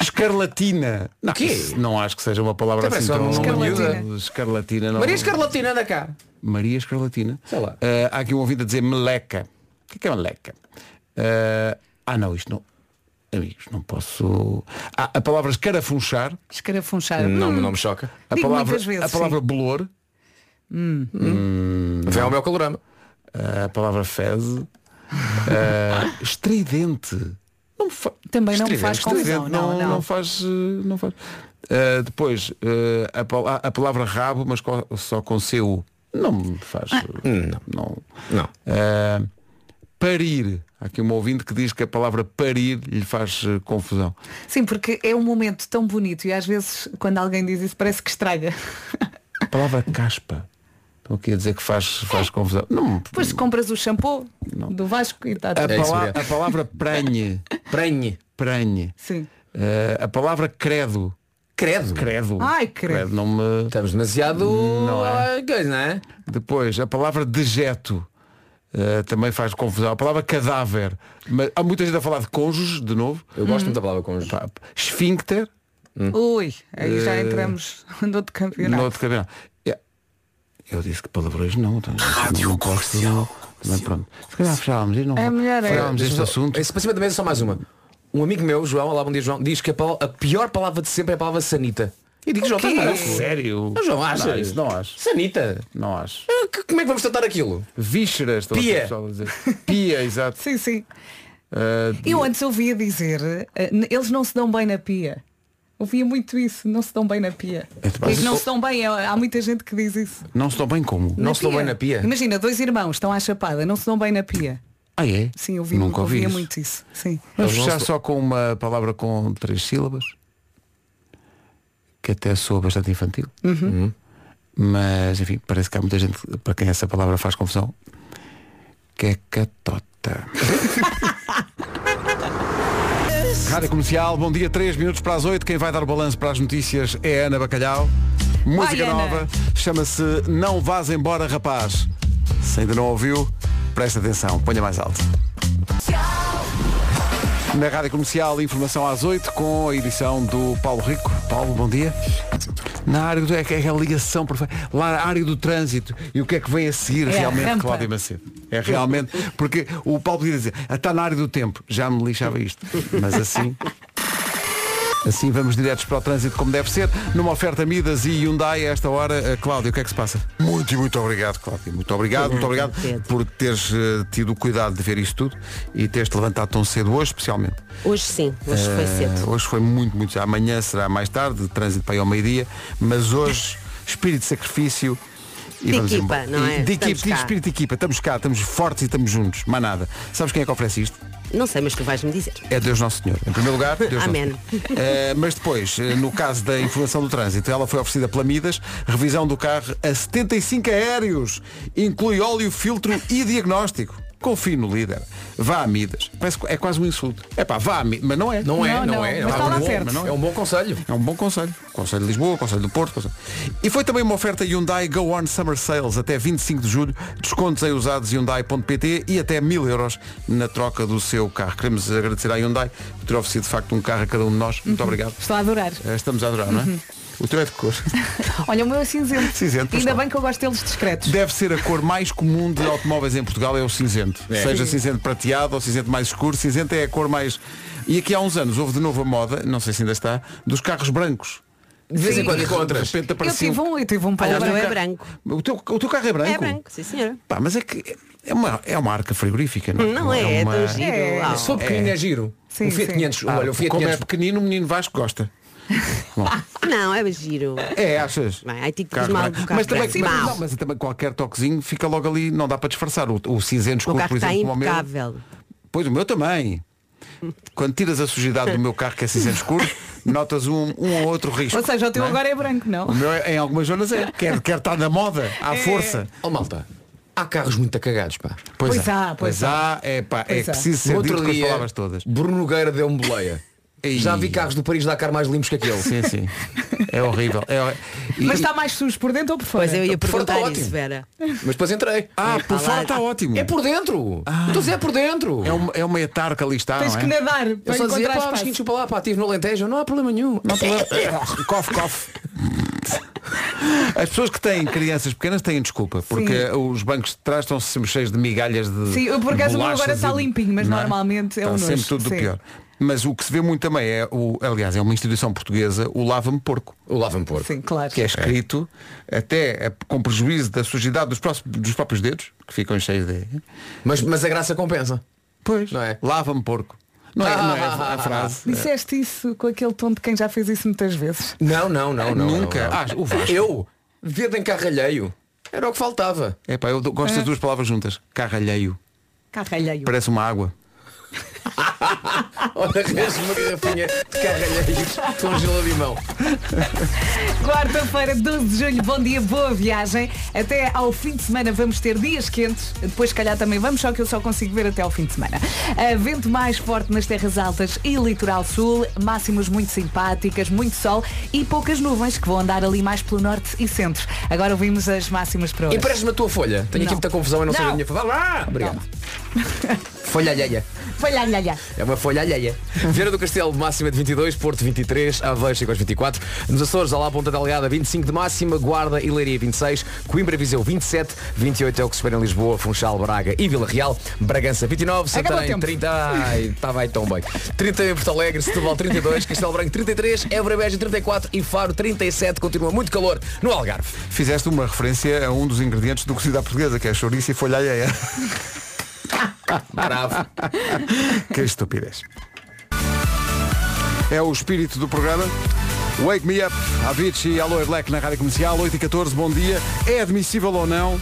Speaker 1: Escarlatina. Não,
Speaker 6: quê?
Speaker 1: isso não acho que seja uma palavra
Speaker 6: Também
Speaker 1: assim
Speaker 6: só
Speaker 1: tão...
Speaker 6: uma
Speaker 3: Escarlatina.
Speaker 1: miúda. Escarlatina não.
Speaker 6: Maria Escarlatina, anda cá.
Speaker 1: Maria Escarlatina.
Speaker 6: Sei lá.
Speaker 1: Eh, há aqui um ouvido a dizer meleca. O que é que é meleca? Eh, ah, não, isto não. Amigos, não posso. Ah, a palavra escarafunchar,
Speaker 3: Escarafunchar.
Speaker 6: Não,
Speaker 3: Hum,
Speaker 6: não me choca.
Speaker 1: a
Speaker 3: Digo
Speaker 1: palavra,
Speaker 3: muitas vezes,
Speaker 1: a palavra bolor,
Speaker 6: Vem ao meu calorama.
Speaker 1: eh, a palavra fez, eh, estridente. Não me fa-
Speaker 3: Também não me
Speaker 1: estridente,
Speaker 3: faz
Speaker 1: estridente,
Speaker 3: confusão, não, não.
Speaker 1: não faz. eh, Não faz. Eh, depois, eh, a, pal- a palavra rabo, mas co- só com CU. Não me faz. Não.
Speaker 6: Ah. Não.
Speaker 1: Uh, parir. Há aqui um ouvinte que diz que a palavra parir lhe faz uh, confusão.
Speaker 3: Sim, porque é um momento tão bonito e às vezes quando alguém diz isso parece que estraga.
Speaker 1: A palavra caspa. Estão aqui a dizer que faz, faz confusão. Não,
Speaker 3: Depois compras o shampoo do Vasco e está
Speaker 1: a,
Speaker 3: tudo.
Speaker 6: É isso
Speaker 1: pala-
Speaker 6: mesmo.
Speaker 1: a palavra prenhe.
Speaker 6: Prenhe.
Speaker 1: Prenhe.
Speaker 3: Sim.
Speaker 1: Uh, a palavra credo.
Speaker 6: Credo.
Speaker 1: Credo.
Speaker 3: Ai, credo.
Speaker 1: Não me...
Speaker 6: Estamos demasiado. Não é? não é?
Speaker 1: Depois, a palavra dejeto. uh, também faz confusão. A palavra cadáver. Mas há muita gente a falar de cônjuges, de novo.
Speaker 6: Eu gosto muito da palavra cônjuge.
Speaker 1: Pá, Esfíncter.
Speaker 6: Hum.
Speaker 3: Ui, aí já
Speaker 6: É.
Speaker 1: Eh,
Speaker 3: entramos no outro campeonato.
Speaker 1: No outro cabelo. É. Eu disse que palavrões não. Então, Rádio não posso, não. Mas pronto. Se calhar fechávamos e não.
Speaker 3: É melhor, é.
Speaker 1: fechávamos este
Speaker 6: Deixa-me só-
Speaker 1: assunto.
Speaker 6: Esse, para cima da mesa só mais uma. Um amigo meu, João, olá, bom dia João, diz que a, pal- a pior palavra de sempre é a palavra sanita. E digo, João, estás maluco?
Speaker 1: Sério?
Speaker 6: Não, João, achas?
Speaker 1: Não, isso não acho.
Speaker 6: Sanita?
Speaker 1: Não acho.
Speaker 6: Ah, que- Como é que vamos tratar aquilo?
Speaker 1: Vísceras, estão
Speaker 6: Pia.
Speaker 1: a pessoa a dizer. Pia, exato.
Speaker 3: Sim, sim.
Speaker 6: É.
Speaker 1: Ah,
Speaker 3: Eu antes ouvia dizer, eh, n- eles não se dão bem na pia. Ouvia muito isso, não se dão bem na pia.
Speaker 1: mas
Speaker 3: Digo, não
Speaker 1: isso-
Speaker 3: se dão bem, é- há muita gente que diz isso.
Speaker 1: não se dão bem como?
Speaker 6: Não se dão bem na pia?
Speaker 3: Imagina, dois irmãos estão à chapada, não se dão bem na pia.
Speaker 1: Ah, é?
Speaker 3: Sim, ouvi
Speaker 1: Nunca ouvi
Speaker 3: ouvia
Speaker 1: isso.
Speaker 3: muito isso. Sim.
Speaker 1: Vamos
Speaker 6: Eles não
Speaker 1: fechar
Speaker 6: se-
Speaker 1: só com uma palavra com três sílabas Que até soa bastante infantil Uhum. Mas enfim, parece que há muita gente Para quem essa palavra faz confusão Que é catota Rádio Comercial, bom dia, 3 minutos para as 8 Quem vai dar o balanço para as notícias é a Ana Bacalhau Música
Speaker 3: Vai, Ana.
Speaker 1: nova Chama-se Não Vás Embora Rapaz Se ainda não ouviu, presta atenção Ponha mais alto na Rádio Comercial, informação às 8 com a edição do Paulo Rico. Paulo, bom dia. Na área do é, que é a ligação perfeita. Lá a área do trânsito e o que é que vem a seguir
Speaker 3: É a
Speaker 1: realmente
Speaker 3: rampa.
Speaker 1: Cláudio Macedo. É realmente, porque o Paulo podia dizer, "Ah, está na área do tempo, já me lixava isto. Mas assim. Assim vamos diretos para o trânsito como deve ser. Numa oferta Midas e Hyundai, a esta hora, eh, Cláudio, o que é que se passa? Muito e muito obrigado, Cláudio. Muito obrigado, muito obrigado por teres eh, tido o cuidado de ver isto tudo e teres-te levantado tão cedo hoje, especialmente.
Speaker 5: Hoje sim, hoje foi cedo.
Speaker 1: Eh, Hoje foi muito, muito. Amanhã será mais tarde, trânsito para aí ao meio-dia, mas hoje, espírito de sacrifício. E
Speaker 5: De
Speaker 1: vamos
Speaker 5: equipa,
Speaker 1: embora.
Speaker 5: não é?
Speaker 1: E De
Speaker 5: Estamos
Speaker 1: equipa, de
Speaker 5: cá.
Speaker 1: espírito de equipa. Estamos cá, estamos fortes e estamos juntos. Mais nada. Sabes quem é que oferece isto?
Speaker 5: Não sei, mas tu vais-me dizer.
Speaker 1: É Deus Nosso Senhor. Em primeiro lugar, Deus Nosso
Speaker 5: Amém.
Speaker 1: Senhor. Eh, mas depois, eh, no caso da informação do trânsito, ela foi oferecida pela Midas, revisão do carro a 75 aéreos, inclui óleo, filtro e diagnóstico. Confie no líder. Vá a Midas. Parece que é quase um insulto. É pá, vá a Midas, mas não é.
Speaker 6: Não é,
Speaker 3: Não,
Speaker 6: não,
Speaker 3: não,
Speaker 6: é.
Speaker 3: mas
Speaker 6: é,
Speaker 3: está lá
Speaker 6: um bom,
Speaker 3: perto.
Speaker 6: é um bom conselho.
Speaker 1: É um bom conselho. Conselho de Lisboa, Conselho do Porto. Conselho... E foi também uma oferta Hyundai Go On Summer Sales até 25 de julho. Descontos em usados Hyundai.pt e até mil euros na troca do seu carro. Queremos agradecer à Hyundai por ter oferecido de facto um carro a cada um de nós. Muito
Speaker 6: Uhum.
Speaker 1: obrigado.
Speaker 3: Estou a adorar.
Speaker 1: Eh, Estamos a adorar, não é? O teu é de cor.
Speaker 3: Olha, o meu é cinzento.
Speaker 1: Cinzento, pois
Speaker 3: Ainda
Speaker 1: não.
Speaker 3: bem que eu gosto deles discretos.
Speaker 1: Deve ser a cor mais comum de automóveis em Portugal, é o cinzento. Seja cinzento prateado ou cinzento mais escuro, cinzento é a cor mais. E aqui há uns anos houve de novo a moda, não sei se ainda está, dos carros brancos.
Speaker 6: De vez em quando
Speaker 1: De
Speaker 6: encontras.
Speaker 1: repente
Speaker 3: Eu
Speaker 1: aparecia
Speaker 3: tive um, eu tive um
Speaker 5: Olha, o
Speaker 3: Paulo
Speaker 5: meu é
Speaker 3: Branco.
Speaker 5: branco.
Speaker 1: O teu, o teu carro é branco?
Speaker 5: É branco, sim senhora.
Speaker 1: Pá, mas é que é uma, é uma arca frigorífica, não é?
Speaker 5: Não é, é
Speaker 1: uma...
Speaker 5: tão giro.
Speaker 3: É.
Speaker 5: Ah,
Speaker 6: Se for pequenino é, giro.
Speaker 3: Sim,
Speaker 6: um Fiat
Speaker 3: sim.
Speaker 6: 500.
Speaker 1: Ah,
Speaker 6: Olha, o Fiat
Speaker 1: como
Speaker 6: 500.
Speaker 1: é pequenino, o menino Vasco gosta. Bom,
Speaker 5: Não, é giro.
Speaker 1: é, achas?
Speaker 5: Bem, aí tipo, tive que
Speaker 1: Carro
Speaker 5: diz mal
Speaker 1: branco.
Speaker 5: do carro
Speaker 1: mas, também,
Speaker 5: branco.
Speaker 1: mas,
Speaker 5: Mau.
Speaker 1: não, mas também qualquer toquezinho fica logo ali, não dá para disfarçar. O, o cinzento
Speaker 5: O
Speaker 1: escuro,
Speaker 5: meu carro
Speaker 1: por
Speaker 5: está
Speaker 1: exemplo, como o meu.
Speaker 5: impecável.
Speaker 1: Pois o meu também. Quando tiras a sujidade do meu carro que é cinzento escuro, notas um, um ou outro risco.
Speaker 3: Ou seja, o teu
Speaker 1: não é?
Speaker 3: agora é branco, não?
Speaker 1: O meu é- em algumas zonas é. Quer, quer estar na moda,
Speaker 5: É.
Speaker 1: à força.
Speaker 6: Oh malta, há carros muito acagados, pá.
Speaker 3: Pois há, pois
Speaker 1: há. É, pá, é
Speaker 3: Pois há.
Speaker 1: preciso ser
Speaker 6: No
Speaker 1: dito
Speaker 6: outro
Speaker 1: é, com as
Speaker 6: dia,
Speaker 1: palavras todas.
Speaker 6: Bruno Nogueira deu-me boleia.
Speaker 1: Ei.
Speaker 6: Já vi carros do Paris Dakar mais limpos que aquele.
Speaker 7: Sim, sim. É horrível. É hor- E-
Speaker 3: Mas tá- está mais sujo por dentro ou por fora?
Speaker 5: Pois eu
Speaker 1: é,
Speaker 5: ia
Speaker 6: Por fora
Speaker 5: perguntar
Speaker 6: está
Speaker 5: isso,
Speaker 6: ótimo.
Speaker 5: Vera.
Speaker 6: Mas depois entrei.
Speaker 1: Ah, por
Speaker 5: Ah,
Speaker 1: fora
Speaker 5: lá-
Speaker 1: está ótimo.
Speaker 6: É por dentro! Eu Estou a dizer, é por dentro!
Speaker 1: É uma, é uma etarca ali está,
Speaker 3: Tens
Speaker 1: não é?
Speaker 3: que nadar
Speaker 6: Eu
Speaker 3: para
Speaker 6: só dizia,
Speaker 3: encontrar
Speaker 6: pá,
Speaker 3: espaço.
Speaker 6: mas chupa lá, pá, estive no Alentejo, não há problema nenhum.
Speaker 1: Não há problema. é, cof, cof. As pessoas que têm crianças pequenas têm desculpa, porque os bancos de trás estão sempre cheios de migalhas de.
Speaker 3: Sim, eu, por acaso, o meu
Speaker 1: bolachas
Speaker 3: agora está
Speaker 1: e-
Speaker 3: limpinho, mas
Speaker 1: não
Speaker 3: normalmente é
Speaker 1: Está
Speaker 3: um nojo,
Speaker 1: sempre tudo do
Speaker 3: sim.
Speaker 1: pior. Mas o que se vê muito também é, o, aliás, é uma instituição portuguesa, o lava-me porco.
Speaker 6: O lava-me porco.
Speaker 3: Sim, claro.
Speaker 1: que é escrito, até eh, com prejuízo da sujidade dos, próximos- dos próprios dedos, que ficam cheios de.
Speaker 6: Mas, mas a graça compensa.
Speaker 1: Pois,
Speaker 6: Não é?
Speaker 1: lava-me porco. Não é, não é a a frase.
Speaker 3: Disseste isso com aquele tom de quem já fez isso muitas vezes.
Speaker 6: Não, não, não, não.
Speaker 1: Nunca.
Speaker 6: não, não.
Speaker 1: Ah, o Vasco.
Speaker 6: Eu, dedo em carro alheio. Era o que faltava.
Speaker 1: É pá, eu do- gosto das duas palavras juntas. Carralheio.
Speaker 3: Carralhei.
Speaker 1: Parece uma água.
Speaker 6: Olha, rege uma garrafinha de carro alheio com gelo de limão.
Speaker 3: Quarta-feira, 12 de julho, bom dia, boa viagem. Até ao fim de semana vamos ter dias quentes, depois se calhar também vamos, só que eu só consigo ver até ao fim de semana. Ah, vento mais forte nas terras altas e litoral sul, máximas muito simpáticas, muito sol e poucas nuvens que vão andar ali mais pelo norte e centro. Agora ouvimos as máximas para hoje.
Speaker 6: Empresta-me a tua folha. Tenho
Speaker 3: Não.
Speaker 6: aqui muita confusão e não, sei
Speaker 3: Não.
Speaker 6: a minha folha. Vá lá! Obrigado. Folha alheia.
Speaker 3: Vai lá, lá, lá.
Speaker 6: É uma folha alheia. Vieira do Castelo, máxima de 22, Porto 23, Aveiro chega aos 24. Nos Açores, Alá, Ponta Delgada, 25 de máxima, Guarda e Leiria 26, Coimbra, Viseu 27, 28 é o que se espera em Lisboa, Funchal, Braga e Vila Real, Bragança 29,
Speaker 3: Acabou o
Speaker 6: Santarém
Speaker 3: tempo.
Speaker 6: 30, ai, estava aí tão bem. 30 em Porto Alegre, Setúbal 32, Castelo Branco 33, Évora e Beja 34 e Faro 37, continua muito calor no Algarve.
Speaker 1: Fizeste uma referência a um dos ingredientes do cozido à portuguesa, que é chouriço e folha alheia.
Speaker 6: Bravo.
Speaker 1: que estupidez. É o espírito do programa. Wake Me Up, Avicii e Aloe Black na Rádio Comercial, 8 e 14 bom dia. É admissível ou não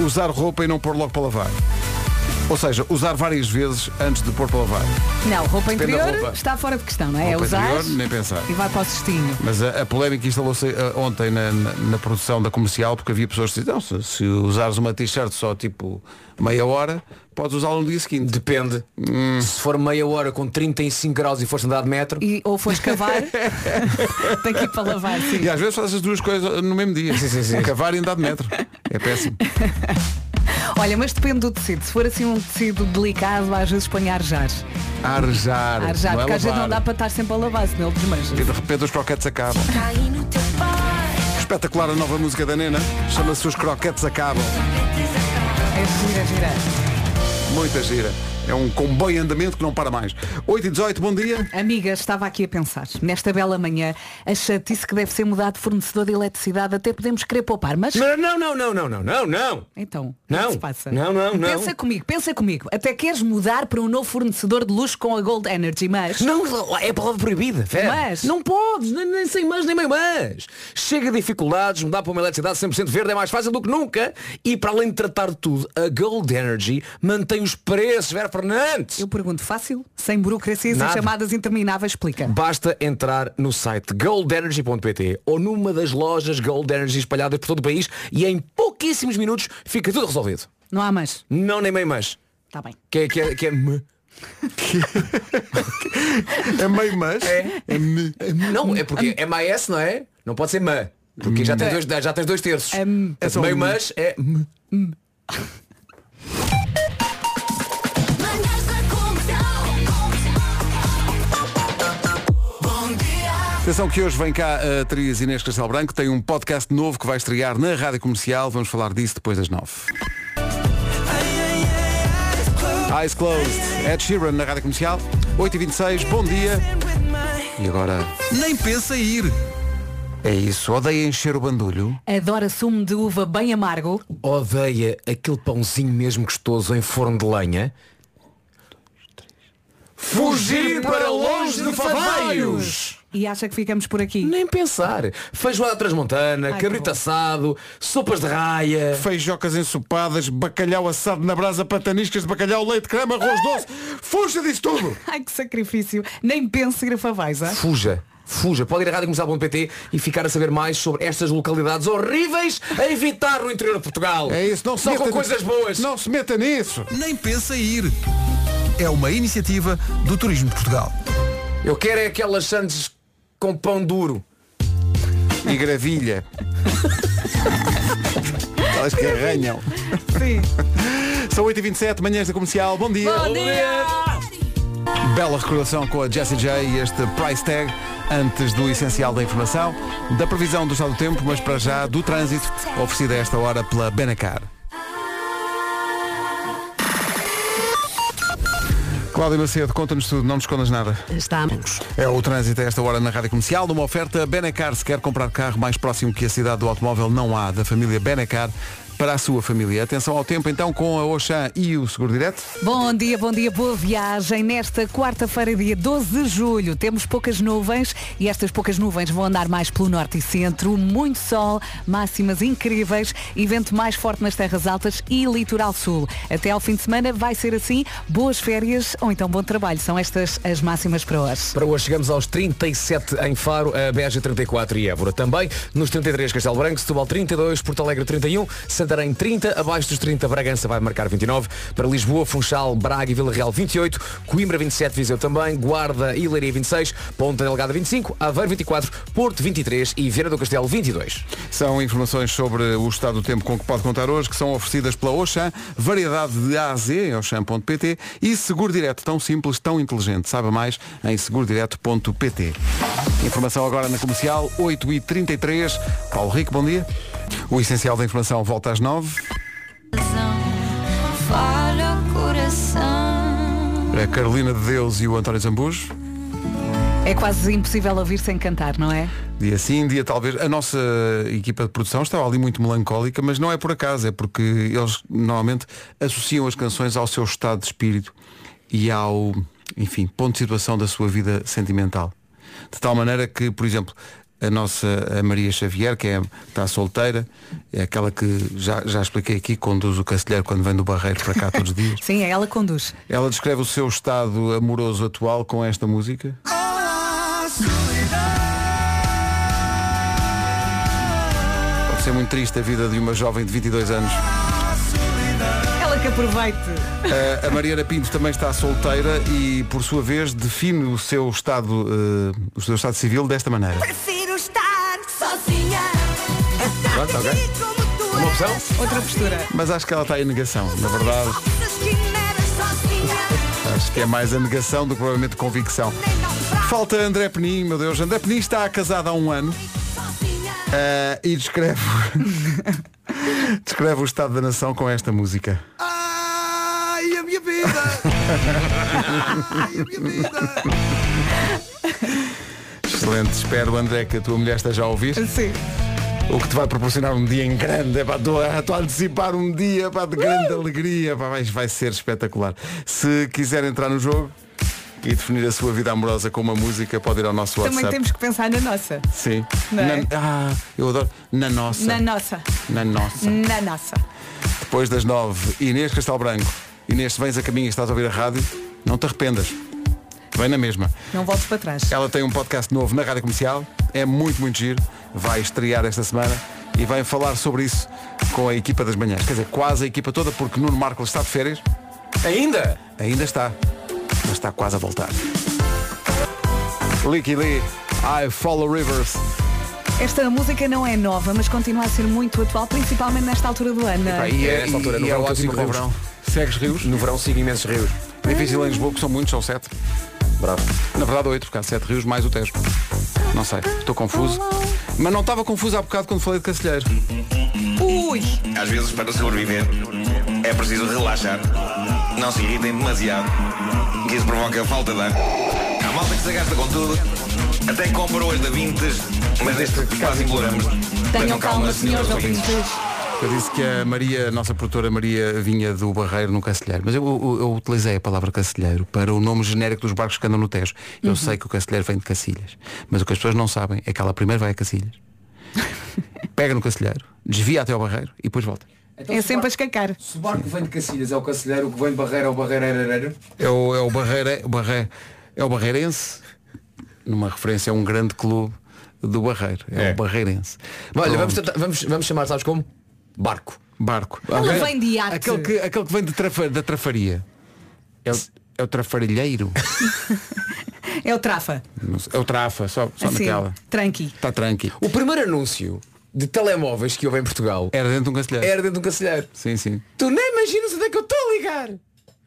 Speaker 1: usar roupa e não pôr logo para lavar? Ou seja, usar várias vezes antes de pôr para lavar.
Speaker 3: Não, roupa
Speaker 6: Depende da
Speaker 3: interior
Speaker 6: roupa.
Speaker 3: está fora de questão, não é?
Speaker 1: Roupa
Speaker 3: é usar
Speaker 1: interior, nem pensar.
Speaker 3: e vai para o cestinho.
Speaker 1: Mas a, a polémica instalou-se eh, ontem na, na- na produção da comercial porque havia pessoas que diziam, "Não, se, se usares uma t-shirt só tipo meia hora, podes usá-la no dia seguinte.
Speaker 6: Depende. Se for meia hora com 35 graus e foste andar de metro,
Speaker 3: Hum. E, ou fores cavar, tem que ir para lavar, sim.
Speaker 1: E às vezes faz as duas coisas no mesmo dia.
Speaker 6: Sim, sim, sim.
Speaker 1: Cavar e andar de metro. É péssimo.
Speaker 3: Olha, mas depende do tecido. Se for assim um tecido delicado, às vezes põe a arjar.
Speaker 1: Arjar.
Speaker 3: A arjar,
Speaker 1: não é
Speaker 3: porque às vezes não dá
Speaker 1: lavar.
Speaker 3: para estar sempre a lavar, senão ele desmancha.
Speaker 1: E de repente os croquetes acabam. Espetacular a nova música da Nena. Chama-se Os Croquetes Acabam.
Speaker 3: É gira, gira.
Speaker 1: Muita gira. É um comboio em andamento que não para mais. 8 e 18, bom dia.
Speaker 3: Amiga, estava aqui a pensar, nesta bela manhã, a chatice que deve ser mudado de fornecedor de eletricidade, até podemos querer poupar, mas...
Speaker 6: Não, não, não, não, não, não, não, não.
Speaker 3: Então, o
Speaker 6: Não.
Speaker 3: que se passa?
Speaker 6: Não, não, não.
Speaker 3: Pensa comigo, pensa comigo. Até queres mudar para um novo fornecedor de luz com a Gold Energy, mas...
Speaker 6: Não, é a palavra proibida. Vera.
Speaker 3: Mas-
Speaker 6: Não podes, nem, nem sem mas, nem meio mas. Chega de dificuldades, mudar para uma eletricidade 100% verde é mais fácil do que nunca. E para além de tratar de tudo, a Gold Energy mantém os preços, Vera Fernandes.
Speaker 3: Eu pergunto, fácil? Sem burocracias
Speaker 6: Nada.
Speaker 3: e chamadas intermináveis, explica.
Speaker 6: Basta entrar no site goldenergy.pt ou numa das lojas Gold Energy espalhadas por todo o país e em pouquíssimos minutos fica tudo resolvido.
Speaker 3: Não há mais.
Speaker 6: Não nem meio mas.
Speaker 3: Está bem.
Speaker 6: Que é, que é, que é me.
Speaker 1: É meio mas. É. me.
Speaker 6: Não, é porque é mais, não é? Não pode ser ma. Porque já, tens dois, já tens dois terços.
Speaker 3: Hum. É m.
Speaker 6: É meio mas é m.
Speaker 1: Atenção que hoje vem cá a atriz Inês Castelo Branco. Tem um podcast novo que vai estrear na Rádio Comercial. Vamos falar disso depois das 9. Eyes Closed. Ed Sheeran na Rádio Comercial. 8h26, bom dia. E agora... Nem pensa ir. É isso. Odeia encher o bandulho.
Speaker 3: Adora sumo de uva bem amargo.
Speaker 6: odeia aquele pãozinho mesmo gostoso em forno de lenha? Fugir para longe de Favaios!
Speaker 3: E acha que ficamos por aqui?
Speaker 6: Nem pensar. Feijoada transmontana,
Speaker 3: Ai, que
Speaker 6: cabrito
Speaker 3: bom.
Speaker 6: assado, sopas de raia.
Speaker 1: Feijocas ensopadas, bacalhau assado na brasa, pataniscas de bacalhau, leite de creme, arroz doce. Fuja disso tudo!
Speaker 3: Ai, que sacrifício. Nem penso ir a Favais, ah?
Speaker 6: Fuja. Fuja, pode ir a rádio.comercial.pt e ficar a saber mais sobre estas localidades horríveis a evitar no interior de Portugal.
Speaker 1: É isso, não se
Speaker 6: Só
Speaker 1: meta
Speaker 6: com
Speaker 1: ni-
Speaker 6: coisas boas.
Speaker 1: Não se meta nisso.
Speaker 8: Nem pensa ir. É uma iniciativa do Turismo de Portugal.
Speaker 6: Eu quero é aquelas sandes com pão duro.
Speaker 1: e gravilha. Elas que arranham.
Speaker 3: Sim.
Speaker 1: São 8h27, manhãs da comercial. Bom dia.
Speaker 3: Bom dia!
Speaker 1: Bela recordação com a Jessie J e este price tag antes do essencial da informação, da previsão do estado do tempo, mas para já do trânsito, oferecida a esta hora pela Benacar. Cláudia Macedo, conta-nos tudo, não nos escondas nada.
Speaker 5: Está.
Speaker 1: É o trânsito a esta hora na Rádio Comercial, numa oferta Benacar. Se quer comprar carro mais próximo que a cidade do automóvel, não há, da família Benacar para a sua família. Atenção ao tempo, então, com a Oxã e o Seguro Direto.
Speaker 3: Bom dia, bom dia, boa viagem. Nesta quarta-feira, dia 12 de julho, temos poucas nuvens e estas poucas nuvens vão andar mais pelo norte e centro. Muito sol, máximas incríveis e vento mais forte nas terras altas e litoral sul. Até ao fim de semana vai ser assim. Boas férias ou então bom trabalho. São estas as máximas para hoje.
Speaker 6: Para hoje chegamos aos 37 em Faro, a Beja 34 e Évora também. Nos 33 Castelo Branco, Setúbal 32, Porto Alegre 31, Santarém 30, abaixo dos 30 Bragança vai marcar 29, para Lisboa, Funchal, Braga e Vila Real 28, Coimbra 27, Viseu também, Guarda e Leiria 26, Ponta Delgada 25, Aveiro 24, Porto 23 e Vieira do Castelo 22.
Speaker 1: São informações sobre o estado do tempo com que pode contar hoje, que são oferecidas pela Oxã, variedade de A a Z, oxã.pt e Seguro Direto, tão simples, tão inteligente. Saiba mais em segurodireto.pt. Informação agora na comercial 8h33. Paulo Rico, bom dia. O essencial da informação volta às 9
Speaker 8: Fala coração.
Speaker 1: A Carolina de Deus e o António Zambujo.
Speaker 3: É quase impossível ouvir sem cantar, não é?
Speaker 1: Dia sim, dia talvez. A nossa equipa de produção estava ali muito melancólica, mas não é por acaso, é porque eles normalmente associam as canções ao seu estado de espírito e ao, enfim, ponto de situação da sua vida sentimental. De tal maneira que, por exemplo, a nossa a Maria Xavier, que é, está solteira, é aquela que já, já expliquei aqui, conduz o cancelheiro quando vem do Barreiro para cá todos os dias.
Speaker 3: Sim, é ela que conduz.
Speaker 1: Ela descreve o seu estado amoroso atual com esta música. Pode ser muito triste a vida de uma jovem de 22 anos.
Speaker 3: Ela que aproveite.
Speaker 1: A- a Mariana Pinto também está solteira e, por sua vez, define o seu estado, eh, o seu estado civil desta maneira.
Speaker 8: Prefiro estar sozinha.
Speaker 6: Pronto, ok. Uma opção?
Speaker 3: Outra postura.
Speaker 1: Mas acho que ela está em negação, na verdade. Acho que é mais a negação do que provavelmente convicção. Falta André Penin, meu Deus. André Penin está casado há um ano. Eh, e descreve descreve o estado da nação com esta música.
Speaker 6: Ai, a minha vida!
Speaker 1: Excelente, espero André que a tua mulher esteja a ouvir.
Speaker 3: Sim.
Speaker 1: O que te vai proporcionar um dia em grande. Epá, Estou a, é, estou a antecipar um dia epá, de grande
Speaker 3: Uh!
Speaker 1: alegria. Epá, vai, vai ser espetacular. Se quiser entrar no jogo e definir a sua vida amorosa com uma música, pode ir ao nosso
Speaker 3: Também
Speaker 1: WhatsApp.
Speaker 3: temos que pensar na nossa.
Speaker 1: Sim.
Speaker 3: Não é?
Speaker 1: Na- ah, eu adoro. Na nossa.
Speaker 3: Na nossa.
Speaker 1: Na nossa.
Speaker 3: Na nossa.
Speaker 1: Depois das nove, Inês Castelo Branco. Inês, se vens a caminho e estás a ouvir a rádio, não te arrependas. Vem na mesma.
Speaker 3: Não voltes para trás.
Speaker 1: Ela tem um podcast novo na Rádio Comercial, é muito, muito giro, vai estrear esta semana e vai falar sobre isso com a equipa das manhãs. Quer dizer, quase a equipa toda, porque Nuno Marcos está de férias,
Speaker 6: Ainda?
Speaker 1: ainda está, mas está quase a voltar. Licky Lee, I Follow Rivers.
Speaker 3: Esta música não é nova, mas continua a ser muito atual, principalmente nesta altura do ano. não é?
Speaker 1: E
Speaker 6: é nesta altura, no
Speaker 1: e
Speaker 6: verão que eu
Speaker 1: ótimo
Speaker 6: sigo
Speaker 1: no
Speaker 6: rios.
Speaker 1: verão. Segues rios?
Speaker 6: No verão sigo imensos rios.
Speaker 1: É difícil em Lisboa, que são muitos, são sete.
Speaker 6: Bravo.
Speaker 1: Na verdade, oito, porque há sete rios mais o Tejo. Não sei, estou confuso. Mas não estava confuso há bocado quando falei de Cacilheiro.
Speaker 3: Ui!
Speaker 9: Às vezes, para sobreviver, é preciso relaxar. Não se irritem demasiado, que isso provoca falta de ar. Há malta que se gasta com tudo. Até compra hoje da Vintes, mas deste quase imploramos.
Speaker 3: Tenham calma,
Speaker 9: senhores
Speaker 3: senhores ouvintes.
Speaker 1: Eu disse que a Maria, a nossa produtora Maria, vinha do Barreiro no Cacilheiro. Mas eu, eu- eu utilizei a palavra Cacilheiro para o nome genérico dos barcos que andam no Tejo. Eu sei que o Cacilheiro vem de Cacilhas. Mas o que as pessoas não sabem é que ela primeiro vai a Cacilhas, pega no Cacilheiro, desvia até ao Barreiro e depois volta.
Speaker 3: É sempre a escacar.
Speaker 6: Se o barco vem de Cacilhas é o Cacilheiro, o que vem de Barreira é o Barreira.
Speaker 1: É o, é o, Barreira, o Barre- é o Barreirense, numa referência a um grande clube do Barreiro. É,
Speaker 6: É.
Speaker 1: o Barreirense.
Speaker 6: Olha,
Speaker 1: Pronto.
Speaker 6: vamos, tentar- vamos, vamos chamar, sabes como? Barco.
Speaker 1: Barco.
Speaker 3: Ela
Speaker 1: Aquele-
Speaker 3: vem de iate.
Speaker 1: Aquele que, aquele que vem de trafa- da trafaria. É o, é o trafarilheiro.
Speaker 3: É o Trafa.
Speaker 1: Não sei, É o Trafa, só, só
Speaker 3: Assim,
Speaker 1: naquela.
Speaker 3: tranqui.
Speaker 1: Está tranqui.
Speaker 6: O primeiro anúncio de telemóveis que houve em Portugal é-
Speaker 1: Era dentro de um cancelheiro.
Speaker 6: era dentro de um cancelheiro.
Speaker 1: Sim, sim.
Speaker 6: Tu nem imaginas onde é que eu estou a ligar.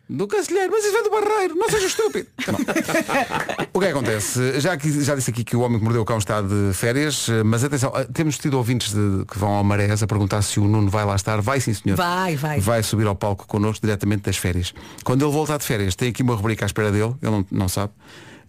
Speaker 1: Do cancelheiro, mas isso vem do barreiro, não seja estúpido. Tá bom. o que é que acontece? Já, que- já disse aqui que o homem que mordeu o cão está de férias, eh, mas atenção, eh, temos tido ouvintes de- que vão ao Marés a perguntar se o Nuno vai lá estar. Vai sim, senhor.
Speaker 3: Vai, vai.
Speaker 1: Vai subir ao palco connosco diretamente das férias. Quando ele voltar de férias, tem aqui uma rubrica à espera dele, ele não, não sabe,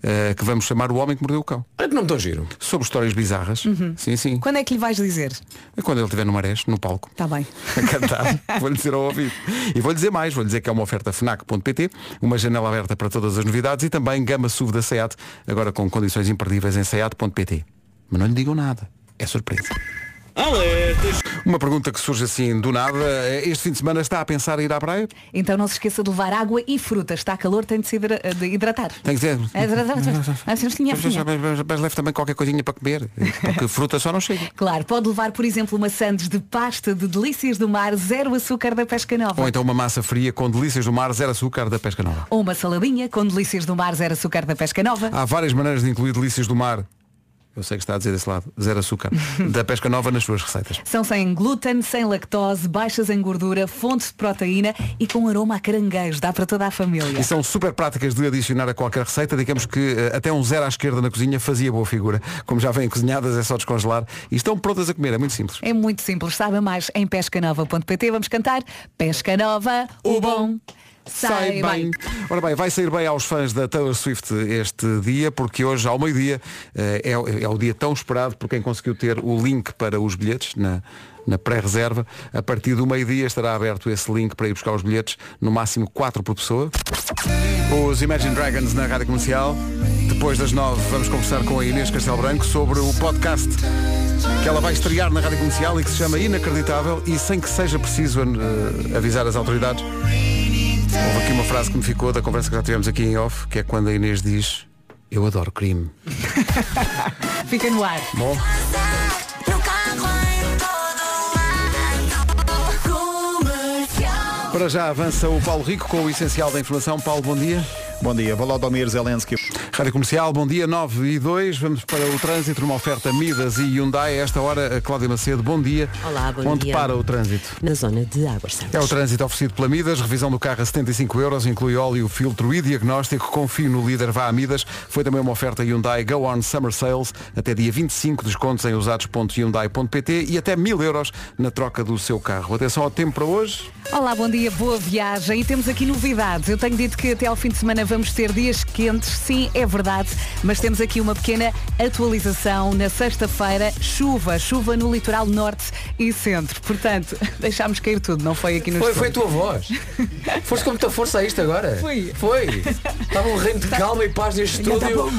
Speaker 1: eh, que vamos chamar o homem que mordeu o cão.
Speaker 6: Olha que não me tão giro.
Speaker 1: Sobre histórias bizarras. Sim, sim.
Speaker 3: Quando é que lhe vais dizer?
Speaker 1: É Quando ele estiver no Marés, no palco.
Speaker 3: Está bem.
Speaker 1: a cantar. Vou-lhe dizer ao ouvido. E vou-lhe dizer mais, vou-lhe dizer que é uma oferta FNAC.pt, uma janela aberta para todas as novidades e também gama SUV da SEAT, agora com condições imperdíveis em SEAT.pt. Mas não lhe digam nada, é surpresa. Uma pergunta que surge assim do nada. Este fim de semana está a pensar em ir à praia?
Speaker 3: Então não se esqueça de levar água e frutas. Está calor, tem de se hidra- de hidratar.
Speaker 1: Tem que dizer.
Speaker 3: É hidratar- Ah, sim, sim, sim.
Speaker 1: Mas leve também qualquer coisinha para comer, porque fruta só não chega.
Speaker 3: Claro, pode levar, por exemplo, maçãs de pasta de delícias do mar, zero açúcar da pesca nova.
Speaker 1: Ou então uma massa fria com delícias do mar, zero açúcar da pesca nova.
Speaker 3: Ou uma saladinha com delícias do mar, zero açúcar da pesca nova.
Speaker 1: Há várias maneiras de incluir delícias do mar. Eu sei que está a dizer desse lado, zero açúcar, da pesca nova nas suas receitas.
Speaker 3: São sem glúten, sem lactose, baixas em gordura, fontes de proteína e com aroma a caranguejo. Dá para toda a família.
Speaker 1: E são super práticas de adicionar a qualquer receita. Digamos que eh, até um zero à esquerda na cozinha fazia boa figura. Como já vêm cozinhadas, é só descongelar. E estão prontas a comer, é muito simples.
Speaker 3: É muito simples. Saiba mais em pescanova.pt. Vamos cantar Pesca Nova, o bom sai bem.
Speaker 1: Ora bem, vai sair bem aos fãs da Taylor Swift este dia, porque hoje, ao meio-dia, eh, é, é o dia tão esperado por quem conseguiu ter o link para os bilhetes na, na pré-reserva. A partir do meio-dia estará aberto esse link para ir buscar os bilhetes, no máximo 4 por pessoa. Os Imagine Dragons na Rádio Comercial. Depois das 9 vamos conversar com a Inês Castelo Branco sobre o podcast que ela vai estrear na Rádio Comercial e que se chama Inacreditável e sem que seja preciso eh, avisar as autoridades. Houve aqui uma frase que me ficou da conversa que já tivemos aqui em off, que é quando a Inês diz eu adoro crime.
Speaker 3: Fica no ar.
Speaker 1: Bom,
Speaker 8: No carro, em todo lado. Comercial.
Speaker 1: para já avança o Paulo Rico com o essencial da informação. Paulo, bom dia.
Speaker 10: Bom dia, Volodymyr Zelensky.
Speaker 1: Rádio Comercial, bom dia, 9 e 2. Vamos para o trânsito, uma oferta Midas e Hyundai. A esta hora, a Cláudia Macedo, bom dia.
Speaker 5: Olá, bom
Speaker 1: Onde
Speaker 5: dia.
Speaker 1: para o trânsito?
Speaker 5: Na zona de Águas Santas.
Speaker 1: É o trânsito oferecido pela Midas, revisão do carro a 75 euros, inclui óleo, filtro e diagnóstico. Confio no líder, vá a Midas. Foi também uma oferta Hyundai Go On Summer Sales, até dia 25, descontos em usados.hyundai.pt e até 1000 euros na troca do seu carro. Atenção ao tempo para hoje.
Speaker 3: Olá, bom dia, boa viagem. E temos aqui novidades. Eu tenho dito que até ao fim de semana vamos ter dias quentes, sim, é verdade, mas temos aqui uma pequena atualização. Na sexta-feira, chuva, chuva no litoral norte e centro. Portanto, deixámos cair tudo, não foi aqui no
Speaker 6: Foi,
Speaker 3: estúdio.
Speaker 6: foi a tua voz. Foste com muita força a isto agora.
Speaker 3: Foi.
Speaker 6: Foi. Estava um reino de calma e paz neste estúdio.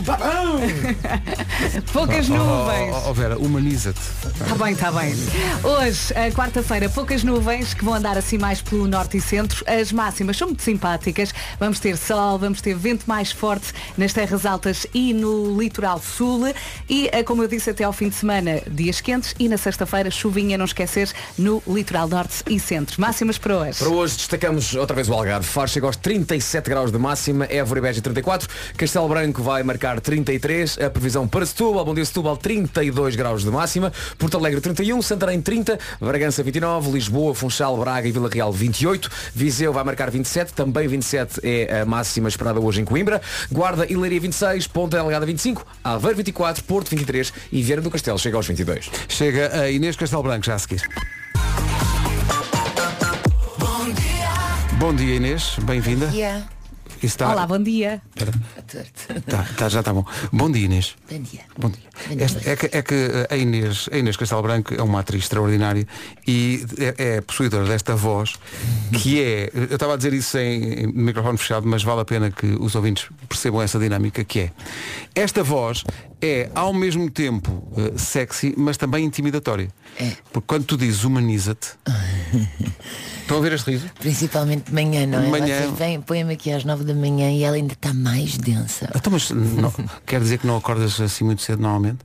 Speaker 3: Poucas nuvens.
Speaker 1: Oh, oh, oh, Vera, humaniza-te.
Speaker 3: Está Tá bem, está bem. Hoje, a quarta-feira, poucas nuvens que vão andar assim mais pelo norte e centro. As máximas são muito simpáticas. Vamos ter sol, vamos ter vento mais forte nas terras altas e no litoral sul. E, eh, como eu disse, até ao fim de semana, dias quentes. E na sexta-feira, chuvinha, não esquecer, no litoral norte e centro. Máximas para hoje.
Speaker 6: Para hoje destacamos outra vez o Algarve. Faro chega aos 37 graus de máxima, Évora e Beja 34, Castelo Branco vai marcar 33, a previsão para Setúbal, Bom Dia Setúbal 32 graus de máxima, Porto Alegre 31, Santarém 30, Bragança 29, Lisboa, Funchal, Braga e Vila Real 28, Viseu vai marcar 27, também 27 é a máxima esperada hoje em Coimbra, Guarda e Leiria 26, Ponta Delgada 25, Aveiro 24, Porto 23 e Vieira do Castelo chega aos 22.
Speaker 1: Chega a Inês Castelo Branco já a seguir. Bom dia Inês, bem-vinda.
Speaker 8: Yeah.
Speaker 1: Isso Está...
Speaker 3: Olá, bom dia.
Speaker 1: Tá, tá, já está bom. Bom dia, Inês.
Speaker 8: Bom dia.
Speaker 1: Bom dia. Esta- é, que, é que, eh, a Inês, a Inês Castelo Branco é uma atriz extraordinária e é, é possuidora desta voz que é, eu estava a dizer isso em, em microfone fechado, mas vale a pena que os ouvintes percebam essa dinâmica que é. Esta voz é ao mesmo tempo eh, sexy, mas também intimidatória. Porque quando tu dizes humaniza-te, Estão a ver este
Speaker 11: Ah.
Speaker 1: riso?
Speaker 11: Principalmente de manhã, não é?
Speaker 1: De manhã.
Speaker 11: Vocês vêm, põem-me aqui às 9 da manhã e ela ainda está mais densa.
Speaker 1: Então, mas não, quer dizer que não acordas assim muito cedo normalmente?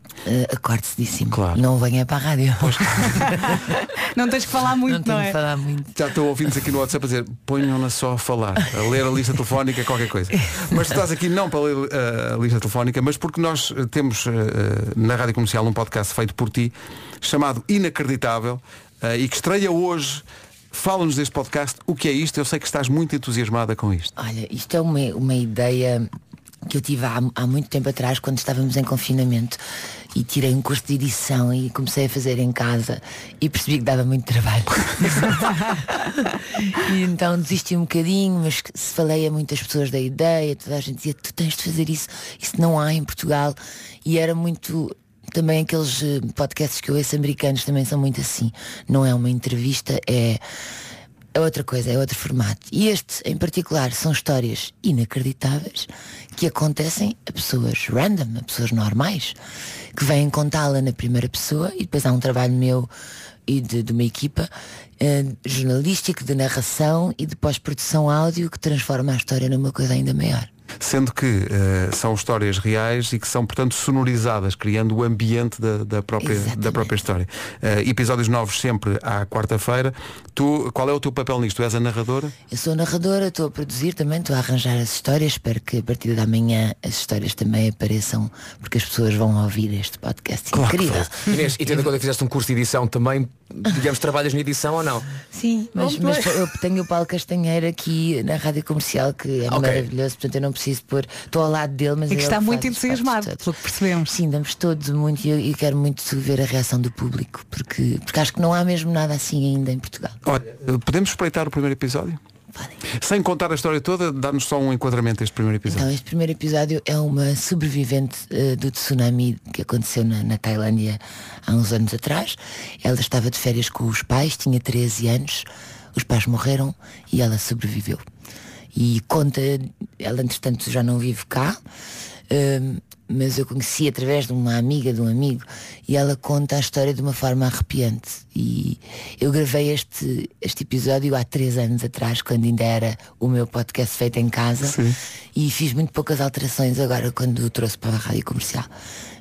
Speaker 11: acordo cedíssimo.
Speaker 1: Claro.
Speaker 11: Eh, Não venha para a rádio.
Speaker 3: Não tens que falar muito, não,
Speaker 11: tenho
Speaker 3: é?
Speaker 11: que falar muito.
Speaker 1: Já estou ouvindo aqui no WhatsApp a dizer ponham-na só a falar, a ler a lista telefónica, qualquer coisa. Mas tu estás aqui não para ler eh, a lista telefónica, mas porque nós eh, temos eh, na Rádio Comercial um podcast feito por ti, chamado Inacreditável, eh, e que estreia hoje. Fala-nos deste podcast, o que é isto? Eu sei que estás muito entusiasmada com isto.
Speaker 11: Olha, isto é uma, uma ideia que eu tive há, há muito tempo atrás, quando estávamos em confinamento, e tirei um curso de edição e comecei a fazer em casa e percebi que dava muito trabalho. e então desisti um bocadinho, mas que- se falei a muitas pessoas da ideia, toda a gente dizia, tu tens de fazer isso, isso não há em Portugal. E era muito também aqueles eh, podcasts que eu ouço americanos também são muito assim. Não é uma entrevista, é, é outra coisa, é outro formato. E este, em particular, são histórias inacreditáveis que acontecem a pessoas random, a pessoas normais, que vêm contá-la na primeira pessoa e depois há um trabalho meu e de, de uma equipa eh, jornalístico, de narração e de pós-produção áudio que transforma a história numa coisa ainda maior.
Speaker 1: Sendo que eh, são histórias reais e que são, portanto, sonorizadas, criando o ambiente da, da própria, da própria história. Eh, episódios novos sempre à quarta-feira. Tu, qual é o teu papel nisto? Tu és a narradora?
Speaker 11: Eu sou narradora, estou a produzir também, estou a arranjar as histórias. Espero que a partir da manhã as histórias também apareçam, porque as pessoas vão ouvir este podcast incrível.
Speaker 6: Inês, e tendo em conta que fizeste um curso de edição também, digamos, trabalhas na edição ou não?
Speaker 11: Sim, mas,
Speaker 6: Não,
Speaker 11: mas
Speaker 6: pois.
Speaker 11: eu tenho o Paulo Castanheira aqui na rádio comercial, que é
Speaker 6: Ok.
Speaker 11: maravilhoso, portanto eu não preciso pôr. Estou ao lado dele, mas
Speaker 3: E que
Speaker 11: ele
Speaker 3: está
Speaker 11: faz
Speaker 3: muito
Speaker 11: os
Speaker 3: entusiasmado, pelo que percebemos.
Speaker 11: Sim, damos todos muito e eu, eu quero muito ver a reação do público, porque, porque acho que não há mesmo nada assim ainda em Portugal.
Speaker 1: Olha, Eh, podemos espreitar o primeiro episódio? Sem contar a história toda, dá-nos só um enquadramento deste primeiro episódio.
Speaker 11: Então, este primeiro episódio é uma sobrevivente eh, do tsunami que aconteceu na, na Tailândia há uns anos atrás. Ela estava de férias com os pais, tinha 13 anos, os pais morreram e ela sobreviveu. E conta, ela entretanto já não vive cá, ehm, mas eu conheci através de uma amiga, de um amigo, e ela conta a história de uma forma arrepiante. E eu gravei este, este episódio há três anos atrás, quando ainda era o meu podcast feito em casa, e fiz muito poucas alterações agora quando o trouxe para a rádio comercial.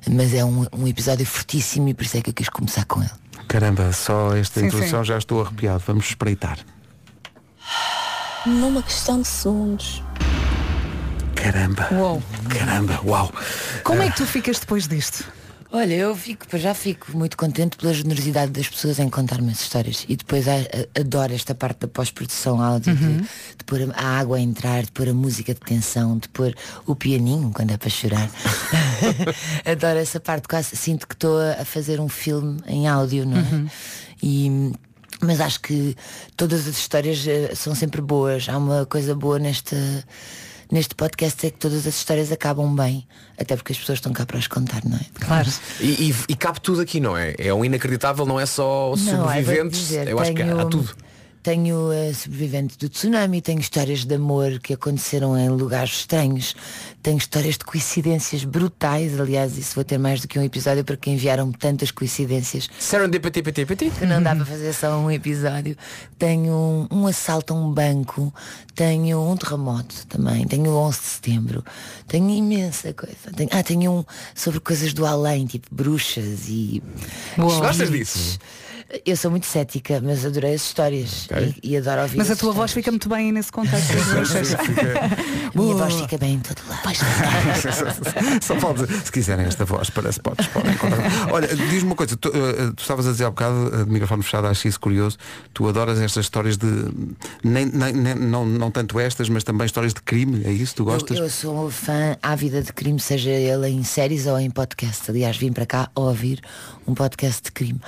Speaker 11: Mas é um, um episódio fortíssimo e por isso é que eu quis começar com ele.
Speaker 1: Caramba, só esta
Speaker 11: Sim,
Speaker 1: introdução
Speaker 11: sim.
Speaker 1: já estou arrepiado. Vamos espreitar.
Speaker 8: Numa questão de segundos.
Speaker 1: Caramba.
Speaker 3: Uou.
Speaker 1: Caramba, uau.
Speaker 3: Como é que tu ficas depois disto?
Speaker 11: Olha, eu fico, pois já fico muito contente pela generosidade das pessoas em contar-me as histórias. E depois a- a- adoro esta parte da pós-produção áudio, de-
Speaker 8: Uhum.
Speaker 11: de, pôr a- a água a entrar, de pôr a música de tensão, de pôr o pianinho quando é para chorar. adoro essa parte, quase sinto que estou a a fazer um filme em áudio, não é? E, mas acho que todas as histórias eh, são sempre boas. Há uma coisa boa nesta. Neste podcast é que todas as histórias acabam bem, até porque as pessoas estão cá para as contar, não é? Claro.
Speaker 6: E, e, e cabe tudo aqui, não é? É um inacreditável, não é só
Speaker 11: Não, olha, vou-te
Speaker 6: sobreviventes.
Speaker 11: dizer,
Speaker 6: eu acho que há, há
Speaker 11: tenho-
Speaker 6: tudo.
Speaker 11: Tenho eh, sobreviventes do tsunami, tenho histórias de amor que aconteceram em lugares estranhos, tenho histórias de coincidências brutais, aliás, isso vou ter mais do que um episódio porque enviaram-me tantas coincidências
Speaker 6: Serendipity,
Speaker 11: que não
Speaker 3: Uhum.
Speaker 11: dá para fazer só um episódio. Tenho um, um assalto a um banco, tenho um terremoto também, tenho o 11 de setembro, tenho imensa coisa. Tenho- ah, tenho um sobre coisas do além, tipo bruxas e.
Speaker 3: Uou.
Speaker 6: Gostas
Speaker 11: espíritos.
Speaker 6: disso?
Speaker 11: Eu sou muito cética, mas adorei as histórias e, e adoro ouvir.
Speaker 3: Mas a
Speaker 11: as
Speaker 3: tua voz fica muito bem nesse contexto. das bruxas.
Speaker 11: histórias. Minha voz fica bem em todo lado.
Speaker 1: Só pode dizer, se quiserem esta voz para spots, podem encontrar. Olha, diz-me uma coisa, tu, eh, tu estavas a dizer há bocado, eh, de microfone fechado, acho isso curioso, tu adoras estas histórias de. Nem, nem- nem- não, não tanto estas, mas também histórias de crime, é isso? Tu gostas?
Speaker 11: Eu, eu sou uma fã ávida de crime, seja ele em séries ou em podcast. Aliás, vim para cá ouvir um podcast de crime.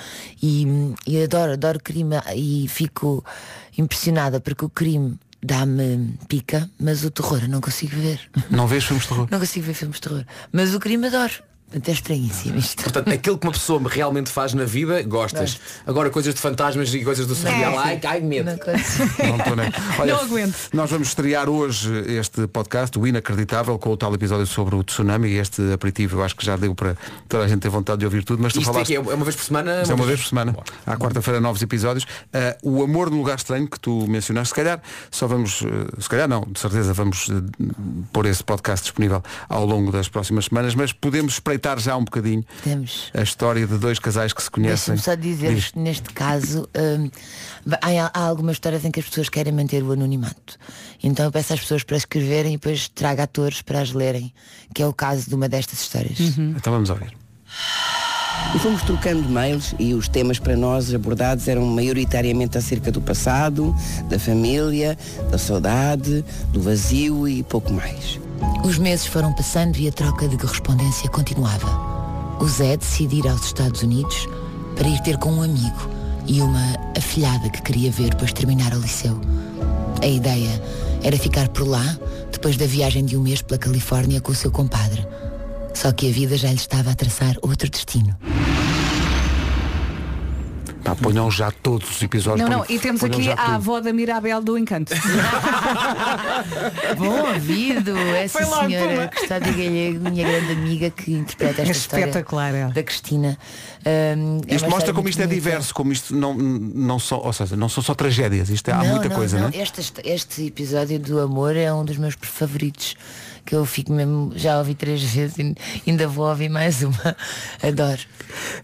Speaker 11: E, hum, e adoro, adoro crime e fico impressionada porque o crime dá-me pica, mas o terror eu não consigo ver.
Speaker 1: Não vês filmes de terror?
Speaker 11: Não consigo ver filmes de terror. Mas o crime adoro. Portanto, é estranhíssimo isto.
Speaker 6: Portanto, aquilo que uma pessoa realmente faz na vida, gostas. Agora, coisas de fantasmas e coisas do surreal, ai, ai, medo.
Speaker 1: Não estou nem.
Speaker 6: Não aguento.
Speaker 1: Nós vamos estrear hoje este podcast, o Inacreditável, com o tal episódio sobre o tsunami e este aperitivo. Eu acho que já deu para toda a gente ter vontade de ouvir tudo, mas tu
Speaker 6: Isto
Speaker 1: falaste.
Speaker 6: aqui é uma vez por semana.
Speaker 1: Isto é uma vez por semana. À quarta-feira, novos episódios. Ah, o Amor no Lugar Estranho, que tu mencionaste, se calhar só vamos, eh, se calhar não, de certeza vamos eh, pôr esse podcast disponível ao longo das próximas semanas, mas podemos espreitar já um bocadinho
Speaker 11: Podemos.
Speaker 1: a história de dois casais que se conhecem.
Speaker 11: Deixa-me só dizer
Speaker 1: Diz.
Speaker 11: que neste caso hum, há, há algumas histórias em que as pessoas querem manter o anonimato. Então eu peço às pessoas para escreverem e depois trago atores para as lerem, que é o caso de uma destas histórias.
Speaker 1: Então vamos ouvir.
Speaker 12: E fomos trocando mails e os temas para nós abordados eram maioritariamente acerca do passado, da família, da saudade, do vazio e pouco mais.
Speaker 11: Os meses foram passando e a troca de correspondência continuava. O Zé decidir aos Estados Unidos para ir ter com um amigo e uma afilhada que queria ver depois de terminar o liceu. A ideia era ficar por lá depois da viagem de um mês pela Califórnia com o seu compadre. Só que a vida já lhe estava a traçar outro destino.
Speaker 1: Pá, ponham já todos os episódios.
Speaker 3: Não, não,
Speaker 1: ponham-
Speaker 3: e temos
Speaker 1: ponham
Speaker 3: aqui
Speaker 1: já
Speaker 3: a
Speaker 1: tudo.
Speaker 3: avó da Mirabel do Encanto.
Speaker 11: Bom ouvido, essa
Speaker 3: Foi logo, foi
Speaker 11: senhora
Speaker 3: logo.
Speaker 11: que está de Galego, minha grande amiga que interpreta esta
Speaker 1: É
Speaker 11: história
Speaker 1: espetacular,
Speaker 11: da Cristina. Ahm, é
Speaker 1: Isto mostra
Speaker 11: uma história
Speaker 1: como
Speaker 11: muito
Speaker 1: isto é
Speaker 11: bonita.
Speaker 1: diverso, como isto não, não são, ou seja, não são só tragédias, isto é, há
Speaker 11: Não,
Speaker 1: muita
Speaker 11: não,
Speaker 1: coisa,
Speaker 11: não.
Speaker 1: não, é?
Speaker 11: Este, este episódio do amor é um dos meus favoritos, que eu fico mesmo, já ouvi três vezes e ainda vou ouvir mais uma. Adoro.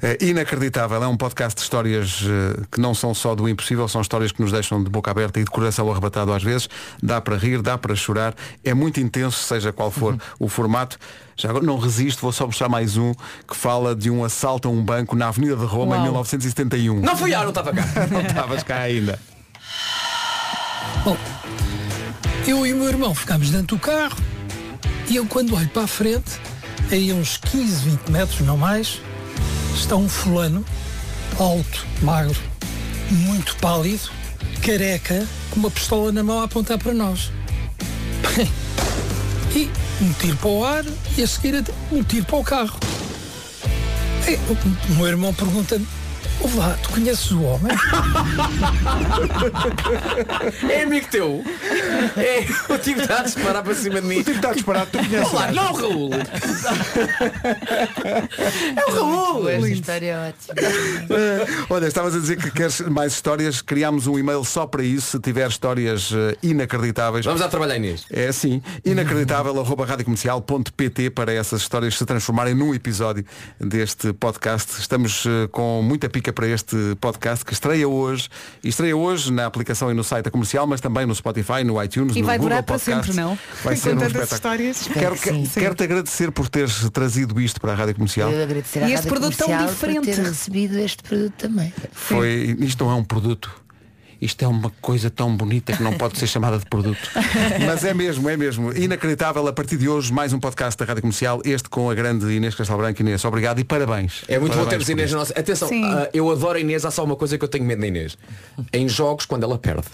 Speaker 1: É Inacreditável, é um podcast de histórias eh, que não são só do impossível, são histórias que nos deixam de boca aberta e de coração arrebatado às vezes. Dá para rir, dá para chorar, é muito intenso, seja qual for o formato. Já agora não resisto, vou só mostrar mais um que fala de um assalto a um banco na Avenida de Roma em
Speaker 6: Uau.
Speaker 1: 1971.
Speaker 6: Não fui eu, não estava cá.
Speaker 1: Não estavas cá ainda.
Speaker 13: Bom, eu e o meu irmão ficámos dentro do carro e eu quando olho para a frente, aí a uns 15, 20 metros, não mais, está um fulano alto, magro, muito pálido, careca, com É, uma pistola na mão a apontar para nós. Bem, E um tiro para o ar e a seguir até um tiro para o carro. E o meu irmão pergunta-me, ouve lá, tu conheces o homem?
Speaker 6: É amigo teu. É, o tipo está a disparar para cima de mim. O tipo
Speaker 1: está a disparar, tu conheces.
Speaker 6: Olá, não, Raul.
Speaker 11: É o Raul! Esta história é ótima.
Speaker 1: Eh, Olha, estavas a dizer que queres mais histórias, criámos um e-mail só para isso, se tiver histórias eh, inacreditáveis.
Speaker 6: Vamos lá trabalhar, Inês.
Speaker 1: É sim, inacreditável, arroba radiocomercial.pt para essas histórias se transformarem num episódio deste podcast. Estamos eh, com muita pica para este podcast que estreia hoje, e estreia hoje na aplicação e no site da comercial, mas também no Spotify, no iTunes,
Speaker 3: E
Speaker 1: no
Speaker 3: vai
Speaker 1: Google
Speaker 3: durar para
Speaker 1: Podcasts.
Speaker 3: sempre, não?
Speaker 1: Vai
Speaker 3: Com
Speaker 1: ser um
Speaker 3: tantas
Speaker 1: espetáculo.
Speaker 3: histórias.
Speaker 1: Quero,
Speaker 3: Espero que sim.
Speaker 1: te agradecer por teres trazido isto para a Rádio Comercial.
Speaker 11: Eu agradecer à
Speaker 3: E este
Speaker 11: Rádio
Speaker 3: produto tão
Speaker 11: Comercial por
Speaker 3: diferente.
Speaker 11: ter recebido este produto também.
Speaker 1: Foi, isto não é um produto. Isto é uma coisa tão bonita que não pode ser chamada de produto. Mas é mesmo, é mesmo. Inacreditável, a partir de hoje, mais um podcast da Rádio Comercial, este com a grande Inês Castelo Branco. Inês, obrigado e parabéns.
Speaker 6: É muito bom
Speaker 1: Parabéns
Speaker 6: termos
Speaker 1: por
Speaker 6: Inês
Speaker 1: isto.
Speaker 6: na nossa. Atenção,
Speaker 1: Sim.
Speaker 6: ah, eu adoro a Inês, há só uma coisa que eu tenho medo da Inês. Em jogos quando ela perde.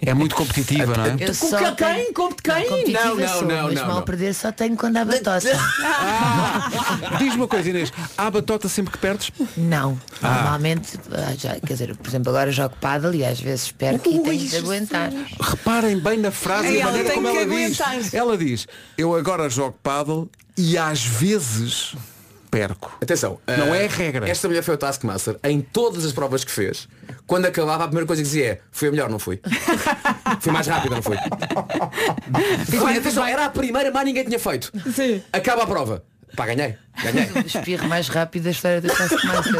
Speaker 1: É muito competitiva, não é?
Speaker 11: Eu só tenho- Não, competitiva
Speaker 6: Não, não,
Speaker 11: sou,
Speaker 6: não,
Speaker 11: mas
Speaker 6: não,
Speaker 11: mal
Speaker 6: não.
Speaker 11: perder só tenho quando há batossa.
Speaker 1: é? Diz-me uma coisa, Inês, há batota sempre que perdes?
Speaker 11: Não.
Speaker 1: Ah.
Speaker 11: Normalmente, ah, já, quer dizer, por exemplo, agora jogo paddle e às vezes perco e tenho de aguentar.
Speaker 1: Reparem bem na frase e
Speaker 11: Ei,
Speaker 1: a
Speaker 11: ela
Speaker 1: maneira
Speaker 11: tem
Speaker 1: como
Speaker 11: que
Speaker 1: ela diz. Ela diz, eu agora jogo paddle e às vezes perco.
Speaker 6: Atenção,
Speaker 1: Não
Speaker 6: ah,
Speaker 1: é regra.
Speaker 6: Esta mulher foi o Taskmaster em todas as provas que fez. Quando acabava, a primeira coisa que dizia é: foi a melhor, não fui. fui mais rápido, não fui. Olha, atenção, era a primeira, mais ninguém tinha feito. Acaba a prova. Pá, ganhei. Ganhei.
Speaker 11: Espirro mais rápido a história do Taskmaster.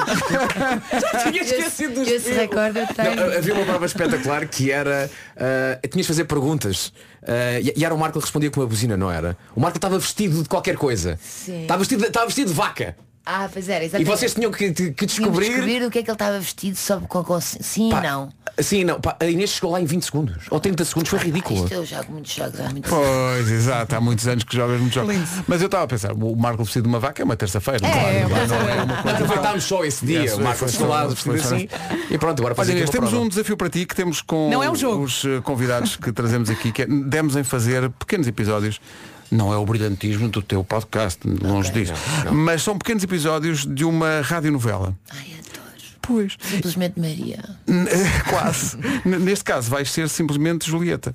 Speaker 6: Já tinha esquecido
Speaker 11: dos Esse recorde eu tenho.
Speaker 6: Não, eh, havia uma prova espetacular que era ah, tinhas de fazer perguntas Ah, e, e era o Marco que respondia com uma buzina, não era? O Marco estava vestido de qualquer coisa.
Speaker 11: Sim.
Speaker 6: Estava vestido, de- estava vestido de vaca.
Speaker 11: Ah, pois era,
Speaker 6: E
Speaker 11: exatamente.
Speaker 6: vocês tinham que, que- que
Speaker 11: Tinham de
Speaker 6: descobrir.
Speaker 11: descobrir o que é que ele estava vestido só com, com sim e
Speaker 6: Pá,
Speaker 11: não. Ah,
Speaker 6: Sim, não. Pá, a Inês chegou lá em 20 segundos. Ou 30 segundos, foi ridículo.
Speaker 11: Isto é eu jogo muitos jogos há muito tempo.
Speaker 1: Pois, exato, há muitos anos que jogas muito jogos. Mas eu estava a pensar, o Marco vestido de uma vaca é uma terça-feira.
Speaker 6: Claro,
Speaker 1: não
Speaker 6: claro,
Speaker 1: não
Speaker 6: não é uma coisa- Aproveitámos só esse dia,
Speaker 1: Yes,
Speaker 6: o Marco
Speaker 1: foi-
Speaker 6: chegou
Speaker 1: foi-
Speaker 6: lá
Speaker 1: foi-
Speaker 6: vestido
Speaker 1: foi-
Speaker 6: assim. E pronto, agora
Speaker 1: Olha,
Speaker 6: fazemos
Speaker 1: Inês,
Speaker 6: uma
Speaker 1: temos
Speaker 6: prova.
Speaker 1: um desafio para ti que temos com
Speaker 6: Não é um jogo.
Speaker 1: os eh, convidados que trazemos aqui, que é- demos em fazer pequenos episódios Não é o brilhantismo do teu podcast, longe disso. Mas são pequenos episódios de uma radionovela. Pois.
Speaker 11: Simplesmente Maria.
Speaker 1: N- eh, Quase. N- Neste caso, vais ser simplesmente Julieta.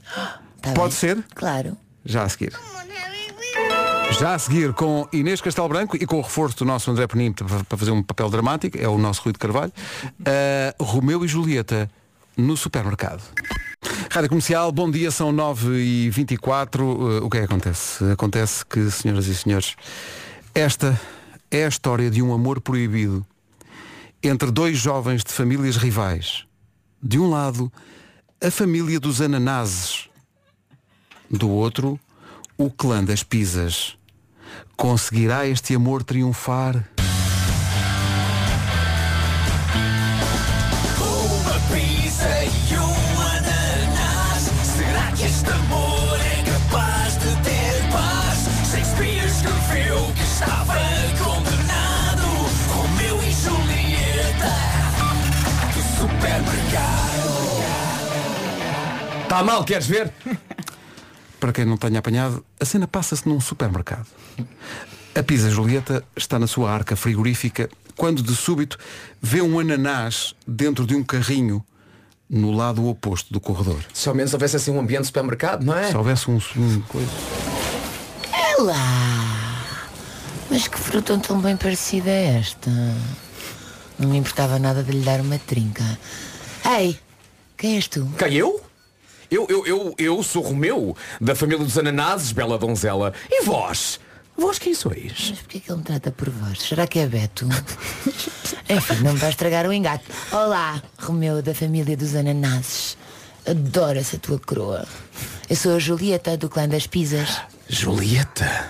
Speaker 1: Pode ser?
Speaker 11: Tá Claro.
Speaker 1: Já a seguir. Já a seguir com Inês Castelo Branco e com o reforço do nosso André Penim pa- para fazer um papel dramático, é o nosso Rui de Carvalho, eh, Romeu e Julieta no supermercado. Rádio Comercial, bom dia, são 9h24. Eh, o que é que acontece? Acontece que, senhoras e senhores, esta é a história de um amor proibido entre dois jovens de famílias rivais. De um lado, a família dos ananases. Do outro, o clã das pisas. Conseguirá este amor triunfar?
Speaker 8: Uma pizza e um ananás. Será que este amor é capaz de ter paz? Shakespeare escreveu que estava condenado. Romeu e Julieta do supermercado.
Speaker 6: Está Tá mal, queres ver?
Speaker 1: Para quem não tenha apanhado, a cena passa-se num supermercado. A Pisa Julieta está na sua arca frigorífica quando de súbito vê um ananás dentro de um carrinho no lado oposto do corredor.
Speaker 6: Se ao menos houvesse assim um ambiente de supermercado, não é?
Speaker 1: Se houvesse um, um coisa.
Speaker 11: Ela! É Mas que fruta tão bem parecida é esta? Não me importava nada de lhe dar uma trinca. Ei, quem és tu?
Speaker 6: Quem eu? Eu, eu, eu, eu sou Romeu, da família dos ananases, bela donzela. E vós? Vós quem sois?
Speaker 11: Mas porquê que ele me trata por vós? Será que é Beto? Enfim, não me vai estragar o engate. Olá, Romeu da família dos ananases. Adoro essa tua coroa. Eu sou a Julieta do clã das pisas.
Speaker 6: Julieta,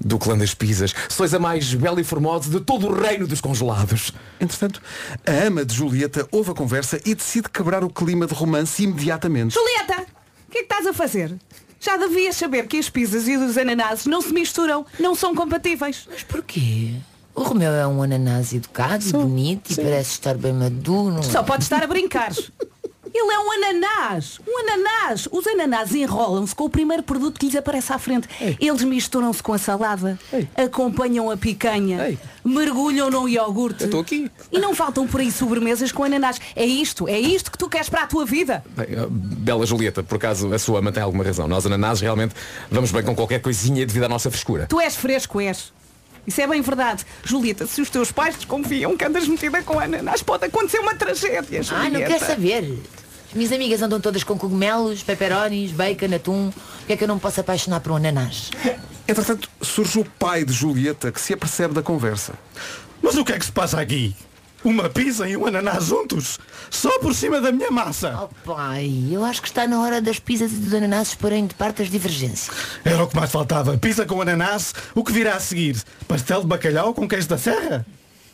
Speaker 6: do clã das pisas. Sois a mais bela e formosa de todo o reino dos congelados.
Speaker 1: Entretanto, a ama de Julieta ouve a conversa e decide quebrar o clima de romance imediatamente.
Speaker 3: Julieta, o que é que estás a fazer? Já devias saber que as pizzas e os ananases não se misturam, não são compatíveis.
Speaker 11: Mas porquê? O Romeu é um ananás educado e bonito e parece estar bem maduro.
Speaker 3: Só pode estar a brincar. Ele é um ananás. Um ananás. Os ananás enrolam-se com o primeiro produto que lhes aparece à frente. Eles misturam-se com a salada, acompanham a picanha, mergulham no iogurte.
Speaker 6: estou aqui.
Speaker 3: E não faltam por aí sobremesas com ananás. É isto, é isto que tu queres para a tua vida.
Speaker 6: Bem, ah, Bela Julieta, por acaso a sua ama tem alguma razão. Nós ananases realmente vamos bem com qualquer coisinha devido à nossa frescura.
Speaker 3: Tu és fresco, és. Isso é bem verdade. Julieta, se os teus pais desconfiam que andas metida com ananás, pode acontecer uma tragédia, Julieta.
Speaker 11: Ah, não quero saber. As minhas amigas andam todas com cogumelos, peperonis, bacon, atum. Porquê é que eu não me posso apaixonar por um ananás?
Speaker 1: Entretanto, surge o pai de Julieta que se apercebe da conversa.
Speaker 14: Mas o que é que se passa aqui? Uma pizza e um ananás juntos? Só por cima da minha massa?
Speaker 11: Pai, eu acho que está na hora das pizzas e dos ananases porém de parte as divergências.
Speaker 14: Era o que mais faltava. Pizza com ananás, o que virá a seguir? Pastel de bacalhau com queijo da serra?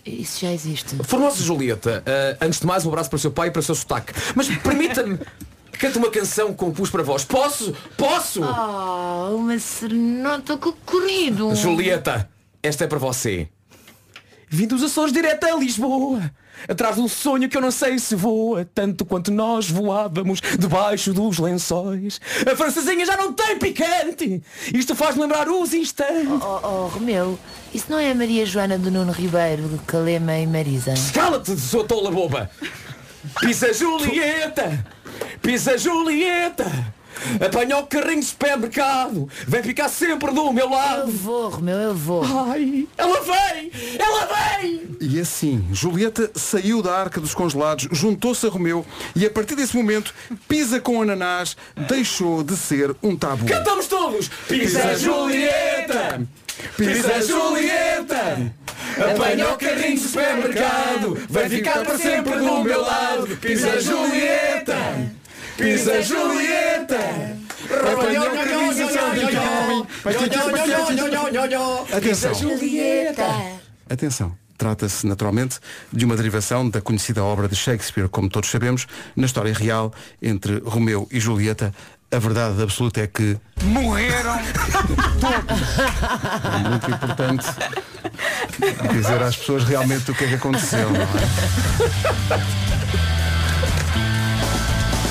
Speaker 11: Isso já existe.
Speaker 6: Formosa Julieta, ah, antes de mais um abraço para o seu pai e para o seu sotaque. Mas permita-me que cante uma canção que compus para vós. Posso? Posso?
Speaker 11: Oh, uma serenota que corrido.
Speaker 6: Julieta, esta é para você. Vim dos Açores direto a Lisboa Atrás de um sonho que eu não sei se voa Tanto quanto nós voávamos Debaixo dos lençóis A francesinha já não tem picante Isto faz-me lembrar os instantes
Speaker 11: Oh, oh, Romeu, isso não é a Maria Joana do Nuno Ribeiro, de Calema e Marisa?
Speaker 6: Cala-te, sua tola boba Pisa Julieta Pisa Julieta Apanha o carrinho de supermercado Vem ficar sempre do meu lado
Speaker 11: Eu vou, Romeu, eu vou
Speaker 6: Oh, Ai, ela vem! Ela vem!
Speaker 1: E assim, Julieta saiu da arca dos congelados, juntou-se a Romeu e a partir desse momento, pisa com ananás deixou de ser um tabu.
Speaker 6: Cantamos todos! Pisa Julieta! Pisa Julieta! Apanha o carrinho de supermercado! Vai ficar para sempre do meu lado! Pisa Julieta! Pisa Julieta! Apanha o carrinho de supermercado!
Speaker 1: Atenção.
Speaker 11: Julieta!
Speaker 1: Atenção, trata-se naturalmente de uma derivação da conhecida obra de Shakespeare, como todos sabemos, na história real entre Romeu e Julieta. A verdade absoluta é que,
Speaker 8: Morreram
Speaker 1: é muito importante, dizer às pessoas realmente o que é que aconteceu. não é?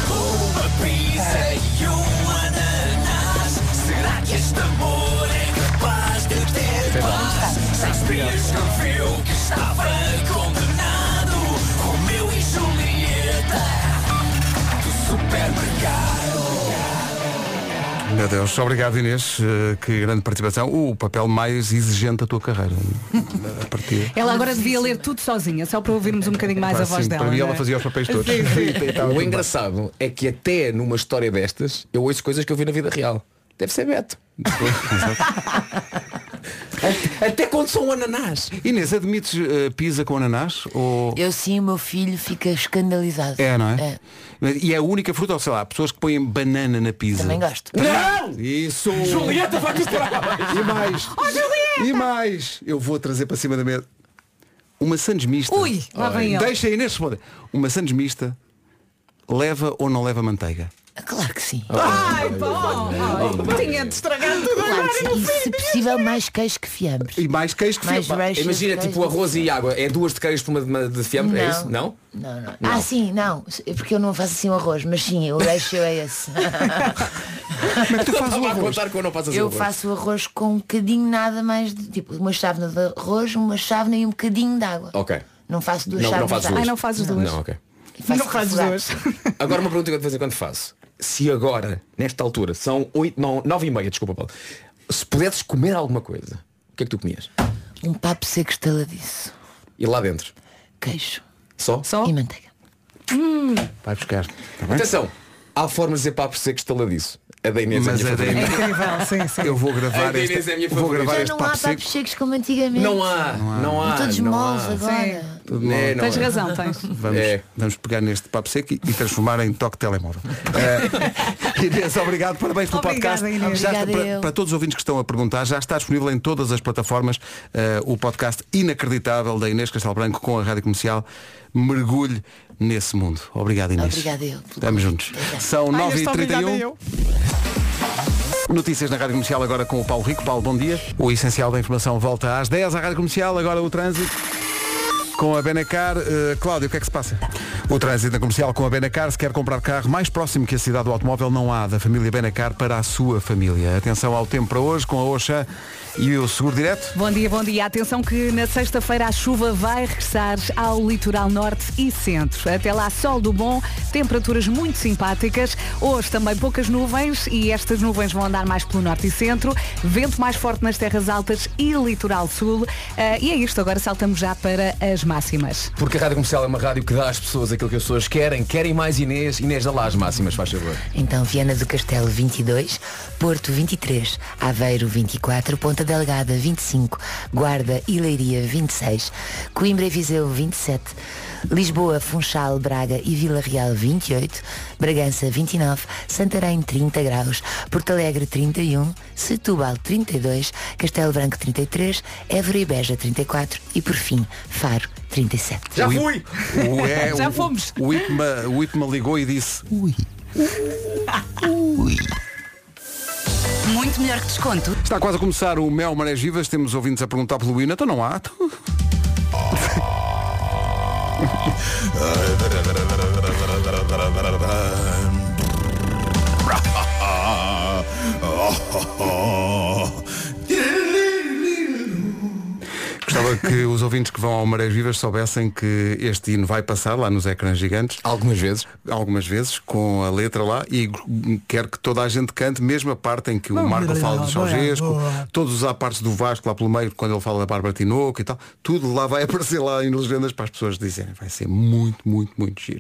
Speaker 8: Uma pizza e um ananás. Será que este amor é
Speaker 1: Meu Deus, obrigado Inês, eh, que grande participação. O papel mais exigente da tua carreira. eh, A partir.
Speaker 3: Ela agora devia ler tudo sozinha, só para ouvirmos um bocadinho É mais
Speaker 1: Pá,
Speaker 3: a voz
Speaker 1: sim,
Speaker 3: dela.
Speaker 1: para mim ela
Speaker 3: não é?
Speaker 1: fazia os papéis todos. Então,
Speaker 3: Sim, sim.
Speaker 6: o engraçado é que até numa história destas eu ouço coisas que eu vi na vida real. Deve ser Beto. Até quando são ananás.
Speaker 1: Inês, admites eh, pizza com ananás? Ou...
Speaker 11: Eu sim, o meu filho fica escandalizado.
Speaker 1: É, não é? E é a única fruta, ou sei lá, há pessoas que põem banana na pizza.
Speaker 11: Também gosto.
Speaker 1: Não! Isso!
Speaker 8: Julieta vai comprar!
Speaker 1: E mais! E mais! Eu vou trazer para cima da mesa uma sandes mista.
Speaker 3: Ui, lá vem ele.
Speaker 1: Deixa a Inês responder. Uma sandes mista leva ou não leva manteiga?
Speaker 11: Ah, Claro que sim.
Speaker 3: Ai, bom! ai, Tinha de estragar tudo
Speaker 11: Claro
Speaker 3: agora.
Speaker 11: que sim. E se possível mais queijo que fiambres.
Speaker 1: E mais queijo
Speaker 11: que Mais fiambres. queijo
Speaker 6: Imagina
Speaker 11: que
Speaker 6: tipo arroz e água. É duas de queijo por uma de- uma de fiambre, é
Speaker 11: Não.
Speaker 6: isso? Não?
Speaker 11: Não, não. Ah sim, não, é porque eu não faço assim o arroz, mas sim, o ratio é esse.
Speaker 6: Mas tu fazes o arroz. contar que eu não faço assim o
Speaker 11: Eu
Speaker 6: arroz.
Speaker 11: faço o arroz com um bocadinho nada mais de tipo uma chávena de arroz, uma chávena e um bocadinho de água.
Speaker 6: Ok.
Speaker 11: Não faço duas
Speaker 6: Não, não
Speaker 11: chávenas
Speaker 6: fazes
Speaker 11: de água.
Speaker 6: duas.
Speaker 11: Ai, não fazes duas.
Speaker 6: Não, ok.
Speaker 11: Faço refogar.
Speaker 6: Agora uma pergunta que eu de vez em quando faço. Se agora, nesta altura, são oito, não, nove e meia, desculpa Paulo, se pudesses comer alguma coisa, o que é que tu comias?
Speaker 11: Um papo seco estaladiço.
Speaker 6: E lá dentro?
Speaker 11: Queijo.
Speaker 6: Só?
Speaker 11: E manteiga.
Speaker 1: Vai buscar.
Speaker 6: Atenção, há formas de dizer papo seco estaladiço. A da Inês
Speaker 1: Mas
Speaker 6: é
Speaker 1: a
Speaker 6: a
Speaker 1: da
Speaker 6: minha
Speaker 1: Inês-
Speaker 6: favorita.
Speaker 1: Eu vou gravar
Speaker 6: A Inês
Speaker 1: este,
Speaker 6: é a minha
Speaker 1: vou gravar
Speaker 11: Já
Speaker 1: este
Speaker 11: não
Speaker 1: papo
Speaker 11: há
Speaker 1: seco.
Speaker 11: papos secos como antigamente.
Speaker 6: Não há, não há.
Speaker 11: Todos
Speaker 6: não
Speaker 11: moles
Speaker 6: há.
Speaker 11: agora.
Speaker 1: Tudo mal.
Speaker 6: É, não
Speaker 3: Tens
Speaker 6: é.
Speaker 3: razão, tens.
Speaker 1: Vamos, vamos pegar neste papo seco e, e transformar em toque telemóvel. Eh, Inês, obrigado, parabéns pelo
Speaker 3: Obrigada,
Speaker 1: podcast.
Speaker 3: Inês.
Speaker 1: Já está-
Speaker 3: Obrigada
Speaker 1: para,
Speaker 3: eu.
Speaker 1: para todos os ouvintes que estão a perguntar, já está disponível em todas as plataformas eh, o podcast inacreditável da Inês Castelo Branco com a Rádio Comercial. Mergulhe nesse mundo. Obrigado, Inês.
Speaker 11: Obrigada eu.
Speaker 1: Estamos juntos. São
Speaker 6: Ah,
Speaker 11: Ai,
Speaker 1: 9h31. Notícias na Rádio Comercial agora com o Paulo Rico. Paulo, bom dia. O essencial da informação volta às 10 à Rádio Comercial, agora o trânsito. Com a Benacar, Eh, Cláudio, o que é que se passa? O trânsito na comercial com a Benacar, se quer comprar carro mais próximo que a cidade do automóvel, não há da família Benacar para a sua família. Atenção ao tempo para hoje com a Oxa e o Seguro Direto.
Speaker 3: Bom dia, bom dia. Atenção que na sexta-feira a chuva vai regressar ao litoral norte e centro. Até lá, sol do bom, temperaturas muito simpáticas. Hoje também poucas nuvens e estas nuvens vão andar mais pelo norte e centro. Vento mais forte nas terras altas e litoral sul. Ah, e é isto, agora saltamos já para as máximas.
Speaker 6: Porque a Rádio Comercial é uma rádio que dá às pessoas aquilo que as pessoas querem. Querem mais Inês, Inês da Laje Máximas, faz favor.
Speaker 11: Então, Viana do Castelo 22, Porto 23, Aveiro 24, Ponta Delgada 25, Guarda e Leiria 26, Coimbra e Viseu 27, Lisboa, Funchal, Braga e Vila Real 28, Bragança 29, Santarém 30 graus, Porto Alegre 31, Setúbal 32, Castelo Branco 33, Évora e Beja 34 e, por fim, Faro 37.
Speaker 1: O I- o- é, o- O IPMA, o IPMA ligou e disse. Ui. Ui.
Speaker 2: Muito melhor que desconto.
Speaker 1: Está quase a começar o Mel Marés Vivas, temos ouvintes a perguntar pelo hino, então não há. Então- Gostava que os ouvintes que vão ao Marés Vivas soubessem que este hino vai passar lá nos ecrãs gigantes.
Speaker 6: Algumas vezes.
Speaker 1: Algumas vezes, com a letra lá, e g- quero que toda a gente cante, mesmo a parte em que o
Speaker 13: Vamos
Speaker 1: Marco
Speaker 13: lá,
Speaker 1: fala do
Speaker 13: boa,
Speaker 1: Chaugesco,
Speaker 13: boa.
Speaker 1: todos os apartes do Vasco lá pelo meio, quando ele fala da Bárbara Tinoco e tal, tudo lá vai aparecer lá em legendas para as pessoas dizerem. Vai ser muito, muito, muito giro.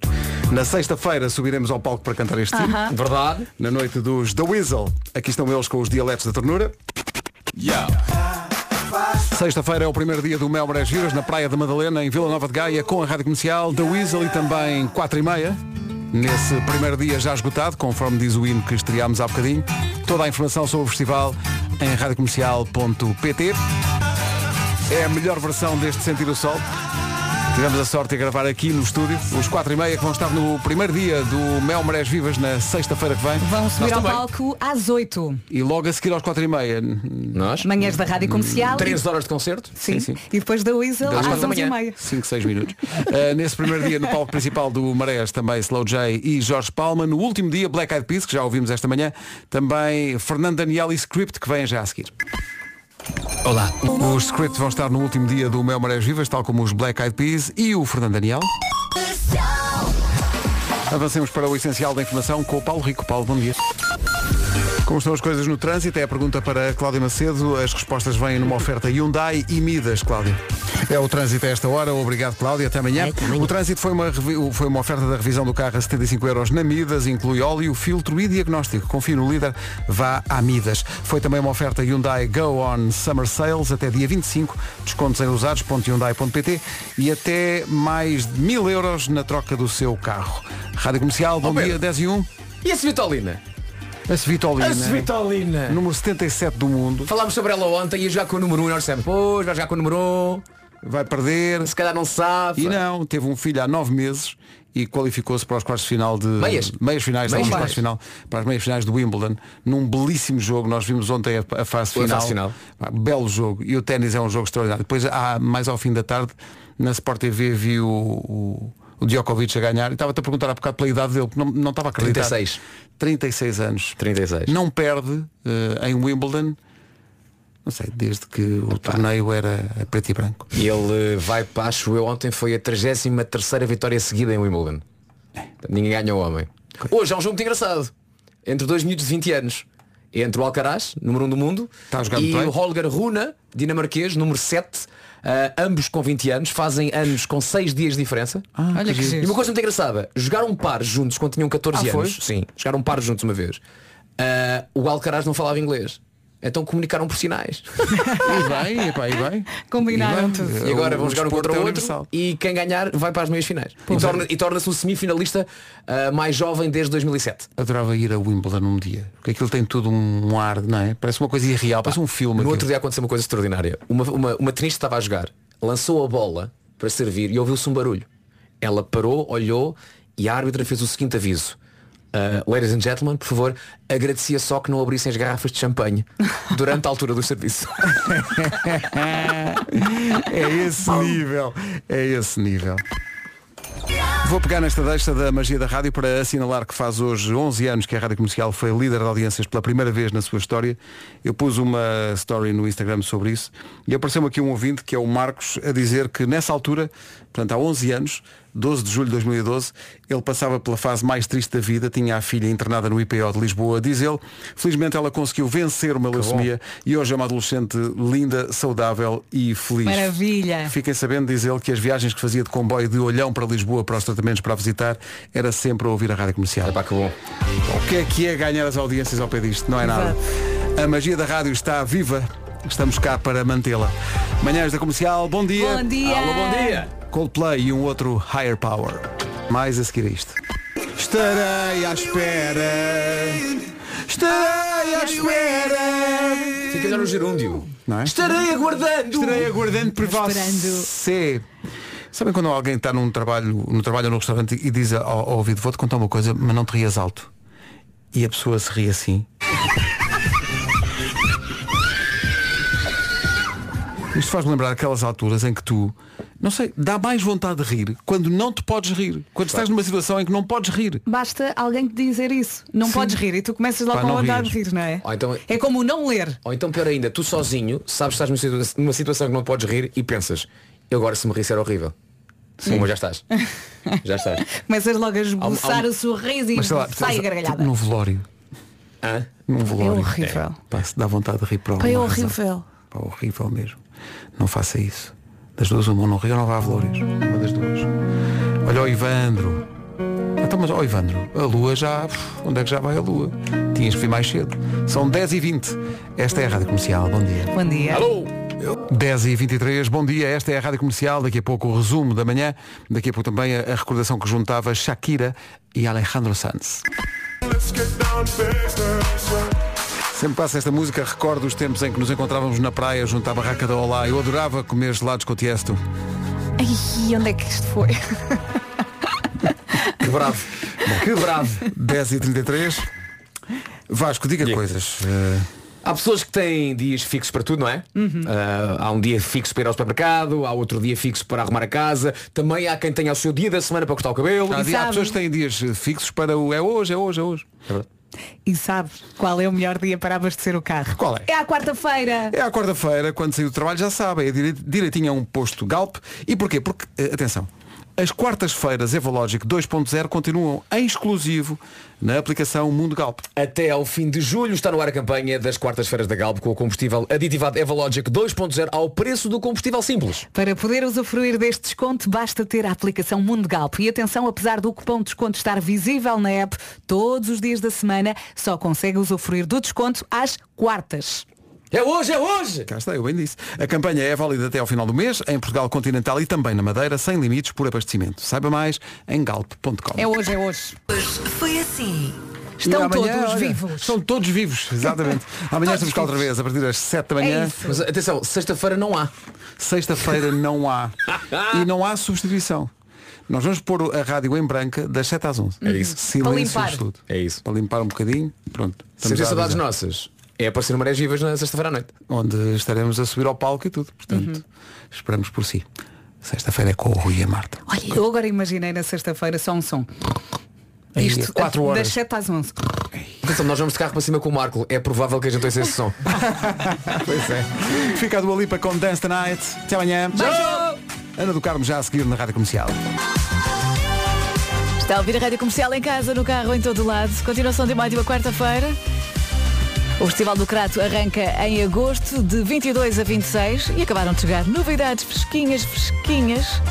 Speaker 1: Na sexta-feira subiremos ao palco para cantar este hino.
Speaker 6: Aham. Verdade.
Speaker 1: Na noite dos The Weasel. Aqui estão eles com os dialetos da ternura. Sexta-feira é o primeiro dia do Mel Marés Vivas na Praia da Madalena, em Vila Nova de Gaia, com a Rádio Comercial, The Weasel e também 4 e meia. Nesse primeiro dia já esgotado, conforme diz o hino que estreámos há bocadinho. Toda a informação sobre o festival em radiocomercial.pt É a melhor versão deste Sentir o Sol. Tivemos a sorte de gravar aqui no estúdio os 4 e meia que vão estar no primeiro dia do Mel Marés Vivas na sexta-feira que vem.
Speaker 3: Vão
Speaker 1: Nós
Speaker 3: subir ao
Speaker 1: também.
Speaker 3: palco às 8.
Speaker 1: E logo a seguir aos 4 e meia. Nós?
Speaker 3: Manhãs da Rádio Comercial.
Speaker 1: 13 horas de concerto? Sim, sim.
Speaker 3: E depois da Weasel Então, às 11 e meia.
Speaker 1: 5, 6 minutos. Uh, nesse primeiro dia, no palco principal do Marés, também Slow J e Jorge Palma. No último dia, Black Eyed Peas, que já ouvimos esta manhã. Também Fernando Daniel e Script, que vêm já a seguir. Olá. Os Script vão estar no último dia do Mel Marés Vivas, tal como os Black Eyed Peas e o Fernando Daniel. Avancemos para o essencial da informação com o Paulo Rico. Paulo, bom dia. Como estão as coisas no trânsito? É a pergunta para Cláudia Macedo. As respostas vêm numa oferta Hyundai e Midas, Cláudia. É o trânsito a esta hora. Obrigado, Cláudia. Até amanhã. O trânsito foi uma, revi- foi uma oferta da revisão do carro a 75 euros na Midas, inclui óleo, filtro e diagnóstico. Confie no líder, vá à Midas. Foi também uma oferta Hyundai Go On Summer Sales até dia 25. Descontos em usados.hyundai.pt e até mais de mil euros na troca do seu carro. Rádio Comercial, bom dia, 10 e 1.
Speaker 6: E a Svitolina?
Speaker 1: A Svitolina.
Speaker 6: A Svitolina.
Speaker 1: Número 77 do mundo.
Speaker 6: Falámos sobre ela ontem e jogar com o número 1 e nós dissemos, pois, vai jogar com o número 1.
Speaker 1: Vai perder.
Speaker 6: Se calhar não sabe.
Speaker 1: E não, teve um filho há nove meses e qualificou-se para os quartos de final de.
Speaker 6: Meias.
Speaker 1: Meias finais, não,
Speaker 6: Meias.
Speaker 1: os quartos de final, para as meias finais do Wimbledon, num belíssimo jogo. Nós vimos ontem a, a fase
Speaker 6: A
Speaker 1: final.
Speaker 6: fase final.
Speaker 1: Pá, Belo jogo. E o ténis é um jogo extraordinário. Depois, há, mais ao fim da tarde, na Sport TV vi o, o, o Djokovic a ganhar. E estava-te a perguntar há bocado pela idade dele, porque não, não estava a acreditar.
Speaker 6: 36.
Speaker 1: 36 anos.
Speaker 6: 36.
Speaker 1: Não perde eh, em Wimbledon. Não sei, desde que o torneio era a preto e branco.
Speaker 6: E ele eh, vai para, acho eu, ontem foi a 33 vitória seguida em Wimbledon. Ninguém ganha o homem. Hoje é um jogo muito engraçado. Entre dois miúdos de 20 anos. Entre o Alcaraz, número 1 do mundo,
Speaker 1: Tá jogar
Speaker 6: e
Speaker 1: muito bem.
Speaker 6: o Holger Runa, dinamarquês, número 7. ah, ambos com 20 anos, fazem anos com 6 dias de diferença.
Speaker 1: Olha Ah, que que giro. giro.
Speaker 6: E uma coisa muito engraçada, jogaram um par juntos quando tinham 14
Speaker 1: Ah, foi?
Speaker 6: anos. Sim, jogaram um par juntos uma vez. Ah, o Alcaraz não falava inglês. Então comunicaram por sinais.
Speaker 1: E bem, e pá, e bem.
Speaker 3: Combinaram
Speaker 1: E bem,
Speaker 3: tudo.
Speaker 6: E agora
Speaker 1: O
Speaker 6: vão jogar um
Speaker 1: desporto
Speaker 6: contra
Speaker 1: é
Speaker 6: o
Speaker 1: universal. é.
Speaker 6: outro e quem ganhar vai para as meias finais. E torna- E torna-se o semifinalista ah, mais jovem desde 2007.
Speaker 1: Adorava ir a Wimbledon um dia, porque aquilo tem todo um ar, não é? Parece uma coisa irreal, parece um filme.
Speaker 6: No
Speaker 1: aquilo.
Speaker 6: outro dia aconteceu uma coisa extraordinária. Uma, uma, uma tenista estava a jogar, lançou a bola para servir e ouviu-se um barulho. Ela parou, olhou e a árbitra fez o seguinte aviso. Ah, ladies and gentlemen, por favor, agradecia só que não abrissem as garrafas de champanhe durante a altura do serviço.
Speaker 1: é esse nível. É esse nível. Vou pegar nesta deixa da magia da rádio para assinalar que faz hoje 11 anos que a Rádio Comercial foi líder de audiências pela primeira vez na sua história. Eu pus uma story no Instagram sobre isso e apareceu-me aqui um ouvinte que é o Marcos a dizer que nessa altura, portanto há 11 anos, 12 de julho de 2012, ele passava pela fase mais triste da vida, tinha a filha internada no IPO de Lisboa, diz ele. Felizmente ela conseguiu vencer uma leucemia e hoje é uma adolescente linda, saudável e feliz.
Speaker 3: Maravilha.
Speaker 1: Fiquem sabendo, diz ele, que as viagens que fazia de comboio de Olhão para Lisboa para os tratamentos para visitar era sempre a ouvir a rádio comercial.
Speaker 6: que bom.
Speaker 1: O que é que é ganhar as audiências ao pé disto? Não é nada. A magia da rádio está viva. Estamos cá para mantê-la. Manhãs da comercial, bom dia.
Speaker 3: Bom dia. Alô, bom dia.
Speaker 1: Coldplay e um outro Higher Power. Mais a seguir a isto. Estarei à espera. Estarei à espera.
Speaker 6: Fica já no um gerúndio.
Speaker 1: Não é?
Speaker 6: Estarei aguardando.
Speaker 1: Estarei aguardando por você. Sabem quando alguém está num trabalho, no trabalho ou no restaurante e diz ao, ao ouvido, vou-te contar uma coisa, mas não te rias alto. E a pessoa se ri assim. Isto faz-me lembrar aquelas alturas em que tu, não sei, dá mais vontade de rir quando não te podes rir. Quando estás numa situação em que não podes rir.
Speaker 3: Basta alguém te dizer isso. Não podes rir e tu começas logo
Speaker 6: Pá,
Speaker 3: com
Speaker 6: não
Speaker 3: vontade de
Speaker 6: rires.
Speaker 3: rir, não é?
Speaker 6: Ou então,
Speaker 3: É como não ler.
Speaker 6: ou então pior ainda, tu sozinho sabes que estás numa situa- numa situação que não podes rir e pensas, eu agora se me rir era horrível. Sim. Mas já estás. Já estás.
Speaker 3: Começas logo a
Speaker 6: um-
Speaker 3: esboçar o sorriso e
Speaker 1: Mas sei lá, tipo,
Speaker 3: sai a gargalhada.
Speaker 1: num velório. Num velório.
Speaker 3: horrível.
Speaker 1: É. Pá, se dá vontade de rir para
Speaker 3: Pá, é horrível.
Speaker 1: Pá, horrível mesmo. Não faça isso. Das duas, uma não rio ou não vá a Valores. Uma das duas. Olha o Ivandro. Então, mas, ó Ivandro, a lua já. pff, Onde é que já vai a lua? Tinhas que vir mais cedo. São 10h20. Esta é a Rádio Comercial. Bom dia.
Speaker 3: Bom dia.
Speaker 6: Alô!
Speaker 1: 10 e 23 bom dia, esta é a Rádio Comercial, daqui a pouco o resumo da manhã, daqui a pouco também a, a recordação que juntava Shakira e Alejandro Sanz. Sempre passa esta música, recordo os tempos em que nos encontrávamos na praia junto à barraca da Olá. Eu adorava comer gelados com o Tiesto.
Speaker 3: Ai, onde é que isto foi?
Speaker 6: Que bravo. que bravo.
Speaker 1: 10 e 33 Vasco, diga coisas. Eh,
Speaker 6: Há pessoas que têm dias fixos para tudo, não é? Ah, há um dia fixo para ir ao supermercado, há outro dia fixo para arrumar a casa, também há quem tenha o seu dia da semana para cortar o cabelo.
Speaker 1: há, dia- há pessoas que têm dias eh, fixos para o é hoje, é hoje, é hoje.
Speaker 3: E sabes qual é o melhor dia para abastecer o carro?
Speaker 1: Qual é?
Speaker 3: É à quarta-feira.
Speaker 1: É à quarta-feira, quando sair do trabalho, já sabem, é direi- direitinho a um posto Galp. E porquê? Porque, eh, atenção, As quartas-feiras Evologic 2.0 continuam em exclusivo na aplicação Mundo Galp.
Speaker 6: Até ao fim de julho está no ar a campanha das quartas-feiras da Galp com o combustível aditivado Evalogic 2.0 ao preço do combustível simples.
Speaker 15: Para poder usufruir deste desconto, basta ter a aplicação Mundo Galp. E atenção, apesar do cupom de desconto estar visível na app todos os dias da semana, só consegue usufruir do desconto às quartas.
Speaker 6: É hoje, é hoje!
Speaker 1: Cá está, eu bem disse. A campanha é válida até ao final do mês, em Portugal continental e também na Madeira, sem limites por abastecimento. Saiba mais em galp.com.
Speaker 15: É hoje, é hoje.
Speaker 16: Foi assim.
Speaker 15: Estão
Speaker 1: E amanhã,
Speaker 15: todos
Speaker 1: olha,
Speaker 15: vivos.
Speaker 1: Estão todos vivos, exatamente. amanhã estamos cá outra vez, a partir das 7 da manhã.
Speaker 6: É isso. Mas, atenção, sexta-feira não há.
Speaker 1: Sexta-feira não há. e não há substituição. Nós vamos pôr a rádio em branca das 7 às 11.
Speaker 6: É isso. Para
Speaker 1: Silêncio
Speaker 6: limpar.
Speaker 1: absoluto.
Speaker 6: É isso.
Speaker 1: Para limpar um bocadinho. Pronto.
Speaker 6: Se tem
Speaker 1: a
Speaker 6: saudades
Speaker 1: avisar.
Speaker 6: nossas, é aparecer no Marés Vivas na sexta-feira à noite.
Speaker 1: Onde estaremos a subir ao palco e tudo.
Speaker 6: Uhum.
Speaker 1: Portanto, esperamos por si. Sexta-feira é com o Rui e a Marta.
Speaker 15: Olha, eu agora imaginei na sexta-feira só um som.
Speaker 6: Aí,
Speaker 15: Isto,
Speaker 6: quatro horas.
Speaker 15: das 7 às 11.
Speaker 6: Atenção, nós vamos de carro para cima com o Marco. É provável que a gente ouça esse som.
Speaker 1: pois é. Fica a Dua Lipa com Dance the Night. Até amanhã. Tchau. Ana do Carmo já a seguir na Rádio Comercial.
Speaker 3: Está a ouvir a rádio comercial em casa, no carro, em todo o lado. Continuação de uma ótima quarta-feira. O Festival do Crato arranca em agosto, de 22 a 26, e acabaram de chegar novidades fresquinhas, fresquinhas.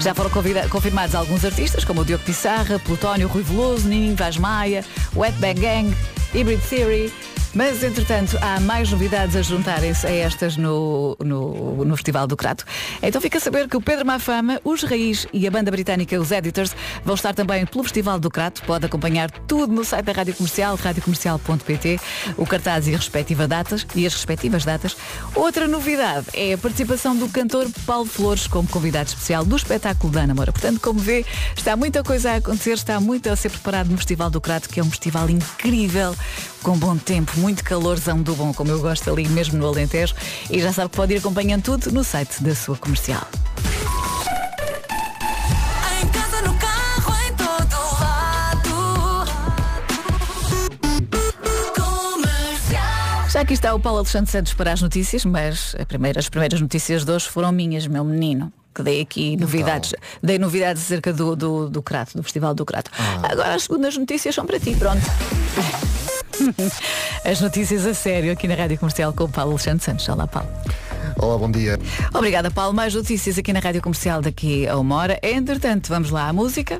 Speaker 3: Já foram convida- confirmados alguns artistas, como o Diogo Pissarra, Plutónio Rui Veloso, Nininho Vaz Maia, Wet Bang Gang, Hybrid Theory. Mas, entretanto, há mais novidades a juntarem-se a estas no, no, no Festival do Crato. Então fica a saber que o Pedro Mafama, os Raiz e a banda britânica Os Editors vão estar também pelo Festival do Crato. Pode acompanhar tudo no site da Rádio Comercial, radiocomercial.pt, o cartaz e, a respectiva datas, e as respectivas datas. Outra novidade é a participação do cantor Paulo Flores como convidado especial do espetáculo da Ana Moura. Portanto, como vê, está muita coisa a acontecer, está muito a ser preparado no Festival do Crato, que é um festival incrível, com bom tempo, muito calorzão do bom, como eu gosto ali mesmo no Alentejo. E já sabe que pode ir acompanhando tudo no site da sua comercial.
Speaker 8: Em casa, no carro, em todo lado. Comercial.
Speaker 3: Já aqui está o Paulo Alexandre Santos para as notícias, mas a primeira- as primeiras notícias de hoje foram minhas, meu menino. Que dei
Speaker 17: Então.
Speaker 3: aqui novidades. Dei novidades acerca do, do, do Crato, do Festival do Crato.
Speaker 17: Ah.
Speaker 3: Agora as segundas notícias são para ti, pronto. As notícias a sério aqui na Rádio Comercial com o Paulo Alexandre Santos. Olá, Paulo.
Speaker 17: Olá, bom dia.
Speaker 3: Obrigada, Paulo. Mais notícias aqui na Rádio Comercial daqui a uma hora. Entretanto, vamos lá à música.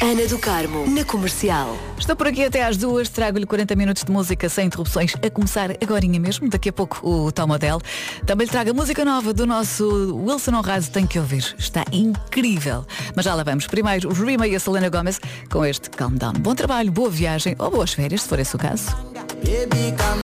Speaker 3: Ana do Carmo, na Comercial. Estou por aqui até às duas, trago-lhe 40 minutos de música sem interrupções, a começar agorinha mesmo, daqui a pouco o Tom Odell. Também lhe trago a música nova do nosso Wilson Honrado, tem que ouvir, está incrível. Mas já lá vamos, primeiro o Rima e a Selena Gomez com este Calm Down. Bom trabalho, boa viagem ou boas férias, se for esse o caso.
Speaker 8: Baby, calm